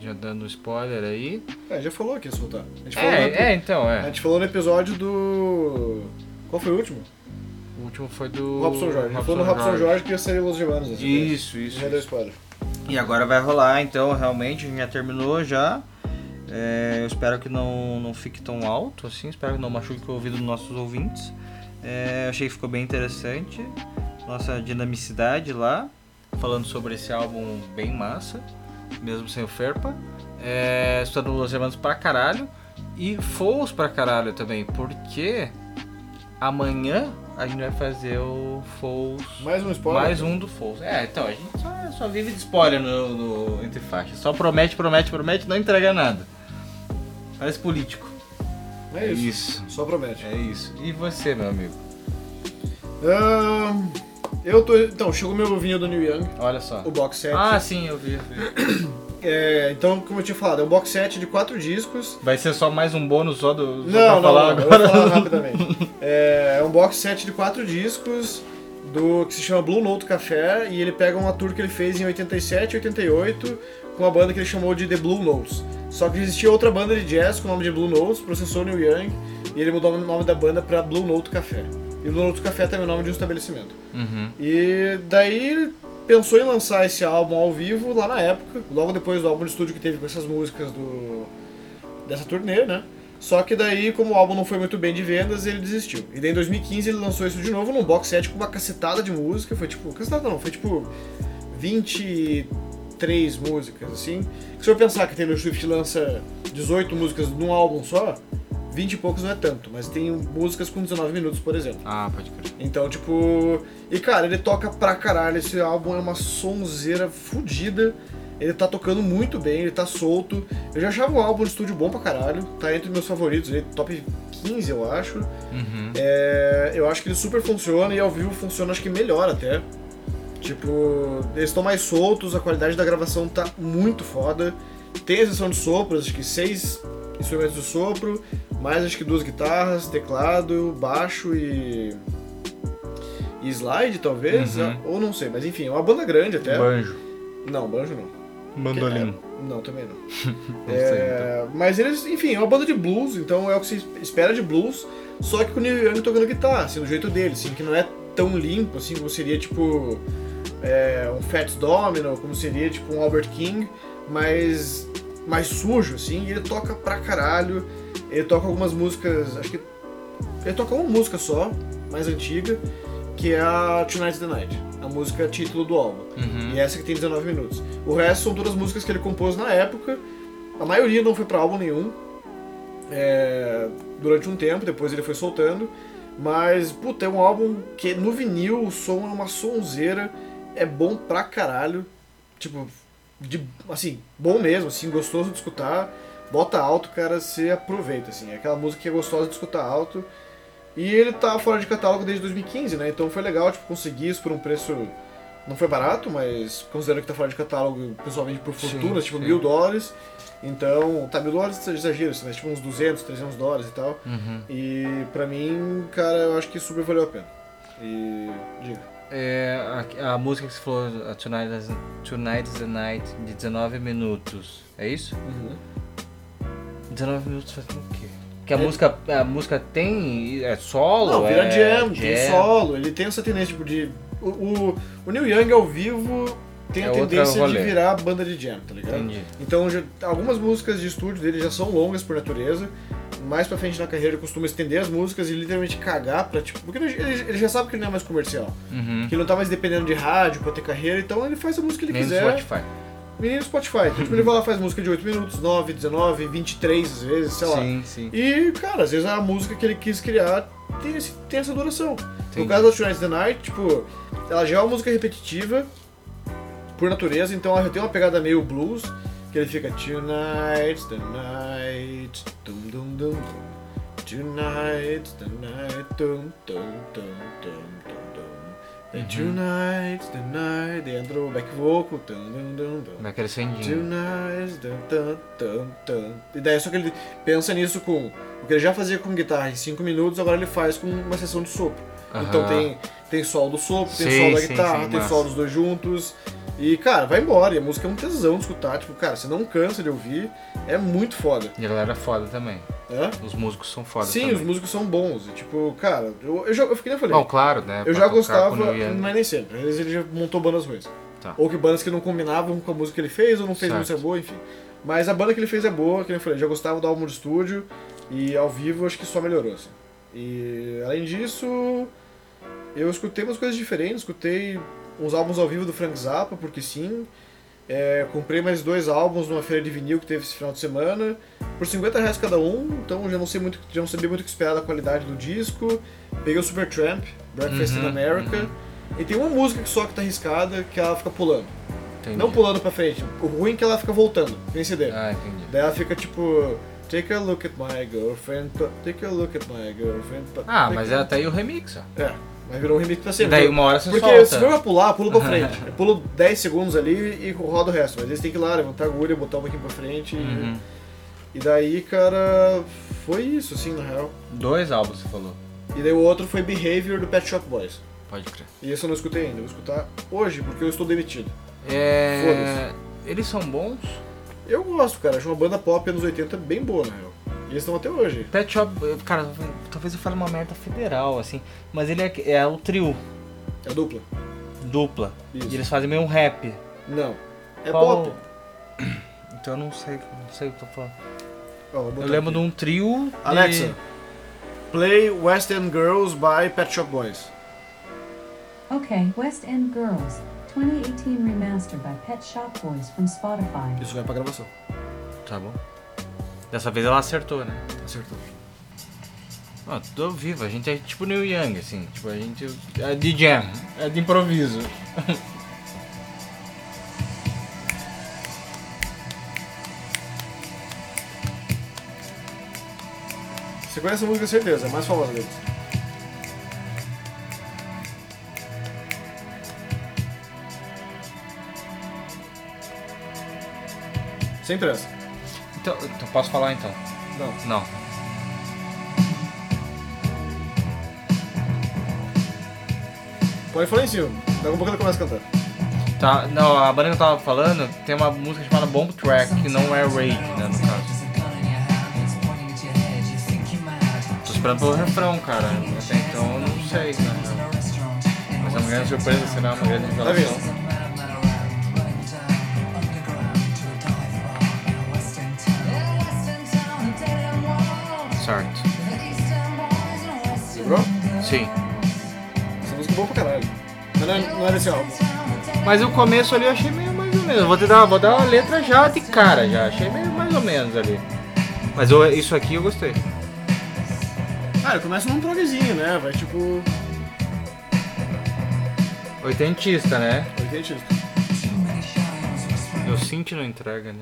A: Já dando spoiler aí.
B: É, já falou aqui, soltar. A gente falou, no...
A: É, é, então,
B: A
A: é.
B: gente falou no episódio do... Qual foi o último?
A: O último foi do.
B: O Robson Jorge. A gente falou no Robson Jorge que ia sair Los Germanos. essa vez.
A: Isso, isso.
B: Já
A: isso.
B: deu spoiler.
A: E agora vai rolar, então realmente a gente já terminou já. É, eu espero que não, não fique tão alto assim, espero que não machuque o ouvido dos nossos ouvintes. É, achei que ficou bem interessante. Nossa dinamicidade lá, falando sobre esse álbum bem massa, mesmo sem o Ferpa. É, estudando Los Hermanos pra caralho. E Fools pra caralho também, porque amanhã a gente vai fazer o Fools
B: Mais um spoiler.
A: mais um do Fools. É, então, a gente só, só vive de spoiler no, no Entre Faixas. Só promete, promete, promete, não entrega nada. Parece político.
B: É isso.
A: isso.
B: Só promete.
A: É isso. E você, meu amigo?
B: Ahn, eu tô. Então, chegou meu vinho do New Young,
A: Olha só.
B: o box set.
A: Ah, sim, eu vi. eu vi.
B: É, então, como eu tinha falado, é um box set de quatro discos.
A: Vai ser só mais um bônus só do. só
B: Não, não,
A: pra
B: não,
A: falar
B: eu vou
A: agora.
B: falar rapidamente. É, é um box set de quatro discos do que se chama Blue Note Café e ele pega uma tour que ele fez em 87 e 88 com a banda que ele chamou de The Blue Notes. Só que existia outra banda de jazz com o nome de Blue Notes, processou New Young e ele mudou o nome da banda pra Blue Note Café. E Blue Note Café também é o nome de um estabelecimento.
A: Uhum.
B: E daí ele pensou em lançar esse álbum ao vivo lá na época, logo depois do álbum de estúdio que teve com essas músicas do dessa turnê, né? Só que daí, como o álbum não foi muito bem de vendas, ele desistiu. E daí em 2015 ele lançou isso de novo num box set com uma cacetada de música. Foi tipo. Cacetada não, foi tipo. 23 músicas, assim. Se eu pensar que Taylor Swift lança 18 músicas num álbum só, 20 e poucos não é tanto, mas tem músicas com 19 minutos, por exemplo.
A: Ah, pode crer.
B: Então, tipo. E cara, ele toca pra caralho. Esse álbum é uma sonzeira fodida. Ele tá tocando muito bem, ele tá solto. Eu já achava um álbum de estúdio bom pra caralho. Tá entre meus favoritos, ele top 15, eu acho.
A: Uhum.
B: É, eu acho que ele super funciona e ao vivo funciona, acho que melhor até. Tipo, eles estão mais soltos, a qualidade da gravação tá muito foda. Tem a sessão de sopros, acho que seis instrumentos de sopro, mais acho que duas guitarras, teclado, baixo e. e slide, talvez.
A: Uhum.
B: Ou não sei, mas enfim, é uma banda grande até.
A: Banjo.
B: Não, banjo não.
A: Mandolim.
B: É, não, também não.
A: Não sei. então.
B: É, mas eles, enfim, é uma banda de blues, então é o que se espera de blues, só que com o Neil Young tocando guitarra, assim, do jeito dele, assim, que não é tão limpo, assim, como seria, tipo, é, um Fats Domino, como seria, tipo, um Albert King, mas mais sujo, assim, e ele toca pra caralho, ele toca algumas músicas, acho que ele toca uma música só, mais antiga, que é a Tonight's the Night, a música título do álbum.
A: Uhum.
B: E essa que tem 19 minutos. O resto são todas as músicas que ele compôs na época. A maioria não foi pra álbum nenhum. É, durante um tempo, depois ele foi soltando. Mas, puta, é um álbum que no vinil o som é uma sonzeira. É bom pra caralho. Tipo, de, assim, bom mesmo, assim, gostoso de escutar. Bota alto, cara, você aproveita, assim. É aquela música que é gostosa de escutar alto. E ele tá fora de catálogo desde 2015, né? Então foi legal, tipo, conseguir isso por um preço. Não foi barato, mas considerando que tá fora de catálogo, o pessoal vende por
A: Sim,
B: fortunas, tipo,
A: sim.
B: mil dólares. Então, tá, mil dólares é exagero, assim, mas tipo uns 200, 300 dólares e tal.
A: Uhum.
B: E pra mim, cara, eu acho que super valeu a pena. E. Diga.
A: É, a, a música que você falou, a Tonight is, Tonight is the Night, de 19 minutos. É isso? 19 minutos faz o quê? Que a, música, a música tem. É solo?
B: É. Não, vira
A: é,
B: jam, tem solo, ele tem essa tendência tipo, de. O, o, o Neil Young ao vivo tem
A: É
B: a
A: outra
B: tendência de
A: rolê.
B: virar banda de jam, tá ligado?
A: Entendi.
B: Então já- algumas músicas de estúdio dele já são longas por natureza. Mais pra frente na carreira ele costuma estender as músicas e literalmente cagar pra tipo. Porque ele, ele já sabe que ele não é mais comercial.
A: Uhum.
B: Que ele não tá mais dependendo de rádio pra ter carreira, então ele faz a música que ele
A: Nem
B: quiser.
A: no Spotify.
B: Menino Spotify. Então, tipo, ele vai lá faz música de 8 minutos, 9, 19, 23 às vezes, sei Tá lá.
A: Sim, sim.
B: E, cara, às vezes a música que ele quis criar tem, esse- tem essa duração. No
A: Entendi.
B: caso da Tonight's the Night, tipo, ela já é uma música repetitiva, por natureza, então ela já tem uma pegada meio blues, que ele fica Tonight's the Night, dum dum dum dum. Tonight's the night, dum dum dum dum dum dum.
A: Uhum.
B: And Tonight's the night, e entra o back vocal, dum dum dum dum.
A: Vai crescendinho.
B: Tonight, tan, tan, tan, tan. E daí só que ele pensa nisso com o que ele já fazia com guitarra em 5 minutos, agora ele faz com uma sessão de sopro.
A: Aham.
B: Então tem, tem sol do sopro, tem
A: Sim,
B: sol da
A: sim,
B: guitarra,
A: sim,
B: tem
A: massa.
B: sol dos dois juntos. E cara, vai embora. E a música é um tesão de escutar. Tipo, cara, você não cansa de ouvir. É muito foda.
A: E a galera é foda também.
B: né?
A: Os músicos são foda
B: Sim,
A: também.
B: os músicos são bons. E, tipo, cara, eu, eu, já, eu fiquei nem falei.
A: Bom, claro, né?
B: Eu
A: pra
B: já
A: tocar com
B: gostava,
A: o Neil Young.
B: mas nem sempre. Às vezes ele já montou bandas ruins.
A: Tá.
B: Ou que bandas que não combinavam com a música que ele fez, ou não fez
A: Certo.
B: música boa, enfim. Mas a banda que ele fez é boa, que nem eu falei, já gostava do álbum de estúdio e ao vivo acho que só melhorou. Assim. E além disso, eu escutei umas coisas diferentes, escutei uns álbuns ao vivo do Frank Zappa, porque sim. É, comprei mais dois álbuns numa feira de vinil que teve esse final de semana, por 50 reais cada um, então já não sei muito, já não sabia muito o que esperar da qualidade do disco. Peguei o Supertramp, Breakfast in
A: Uhum,
B: America, e tem uma música que só que tá arriscada, que ela fica pulando.
A: Entendi.
B: Não pulando pra frente. O ruim é que ela fica voltando, nem CD.
A: Ah, entendi.
B: Daí ela fica tipo. Take a look at my girlfriend. pa- Take a look at my girlfriend. pa-
A: Ah,
B: take
A: mas
B: a-
A: ela tá aí o remix, ó.
B: É, mas virou um remix pra
A: E
B: sempre.
A: daí uma hora você
B: Porque se for
A: solta.
B: pra pular, pulo pra frente. Eu pulo 10 segundos ali e roda o resto. Mas eles têm que ir lá, levantar a agulha, botar um pouquinho pra frente. e-
A: Uhum.
B: E daí, cara, foi isso, assim, na real.
A: Dois álbuns você falou.
B: E daí o outro foi Behavior do Pet Shop Boys.
A: Pode crer.
B: E esse eu não escutei ainda, eu vou escutar hoje, porque eu estou demitido.
A: É... Eles são bons?
B: Eu gosto, cara, acho uma banda pop anos 80 bem boa, na real. E eles estão até hoje.
A: Pet Shop... Cara, talvez eu fale uma merda federal, assim. Mas ele é, é o trio,
B: É dupla?
A: dupla.
B: Isso.
A: E eles fazem meio um rap.
B: Não. É
A: Qual-
B: pop.
A: Então eu não sei, não sei o que eu tô falando.
B: Ó, vou botar
A: Eu lembro
B: aqui.
A: de um trio. de-
B: Alexa, play Western Girls by Pet Shop Boys.
D: Okay, West End Girls, 2018 remastered by Pet Shop Boys from Spotify.
B: Isso vai pra gravação.
A: Tá bom. Dessa vez ela acertou, né?
B: Acertou.
A: Ó, tô vivo, a gente é tipo Neil Young, assim. Tipo, a gente é de jam, é de improviso.
B: Você conhece a música, certeza, é a mais famosa deles. Sem pressa.
A: Então, eu posso falar então?
B: Não.
A: Não.
B: Pode falar em cima. Daqui a pouco ela começa a cantar.
A: Tá, não, a banda que eu tava falando tem uma música chamada Bomb Track, que não é Rage, né, no caso. Tô esperando pelo refrão, cara. Até então eu não sei, né? Mas é uma grande surpresa, se não é uma grande revelação.
B: vendo?
A: Certo.
B: Lembrou?
A: Sim.
B: Essa música é boa pra caralho. Mas não é, não é desse álbum.
A: Mas o começo ali eu achei meio mais ou menos. Vou, te dar, vou dar uma letra já de cara, já. Achei meio mais ou menos ali. Mas eu- isso aqui eu gostei.
B: Cara, Ah, começa num progzinho, né? Vai tipo.
A: Oitentista, né?
B: Oitentista.
A: Eu sinto não entrega, né?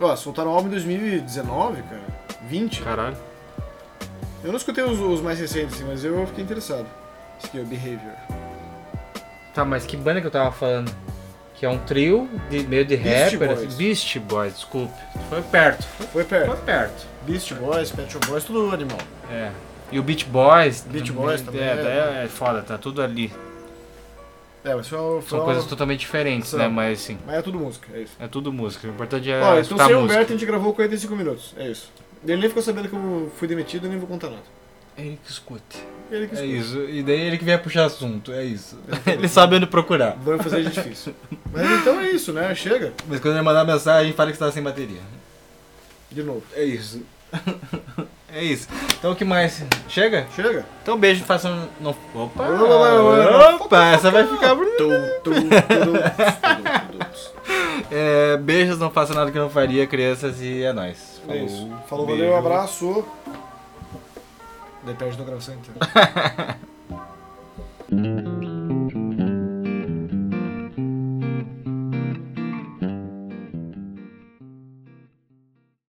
B: Ó, soltaram o álbum em 2019, cara. 20.
A: Caralho.
B: Eu não escutei os, os mais recentes, assim, mas eu fiquei interessado. Esse aqui é o Behavior.
A: Tá, mas que banda que eu tava falando? Que é um trio de meio de
B: Beast
A: rapper.
B: Boys.
A: assim. Beast Boys, desculpe. Foi perto.
B: Foi
A: Foi
B: perto.
A: perto.
B: Beast Boys, Pet Shop Boys, tudo animal.
A: É. E o Beat Boys.
B: Beach Boys também
A: É,
B: é.
A: daí é, foda, tá tudo ali.
B: É, mas foi uma, foi
A: São
B: uma-
A: coisas totalmente diferentes,
B: São.
A: né? Mas assim,
B: Mas é tudo música, é isso.
A: é tudo música. O importante é
B: Ó, então
A: escutar
B: sem o
A: música.
B: Humberto a gente gravou 45 minutos, é isso. Ele nem ficou sabendo que eu fui demitido e nem vou contar nada.
A: Ele que escute.
B: Ele que
A: É
B: escuta.
A: isso. E daí ele que vem puxar assunto, é isso.
B: Exatamente.
A: Ele sabe onde procurar.
B: Vamos fazer de difícil. mas então é isso, né? Chega.
A: Mas quando ele mandar mensagem, fala que você tá sem bateria.
B: De novo.
A: É isso. é isso. Então o que mais? Chega?
B: Chega.
A: Então beijo, faça um. Não... Opa!
B: Opa!
A: Opa! Essa vai ficar.
B: Tu, tu, tu, tu, tu, tu.
A: É, beijos, não faça nada que eu não faria, crianças, e é nóis.
B: É isso. Falou,
A: Beijo.
B: valeu, abraço. Depende da gravação inteira.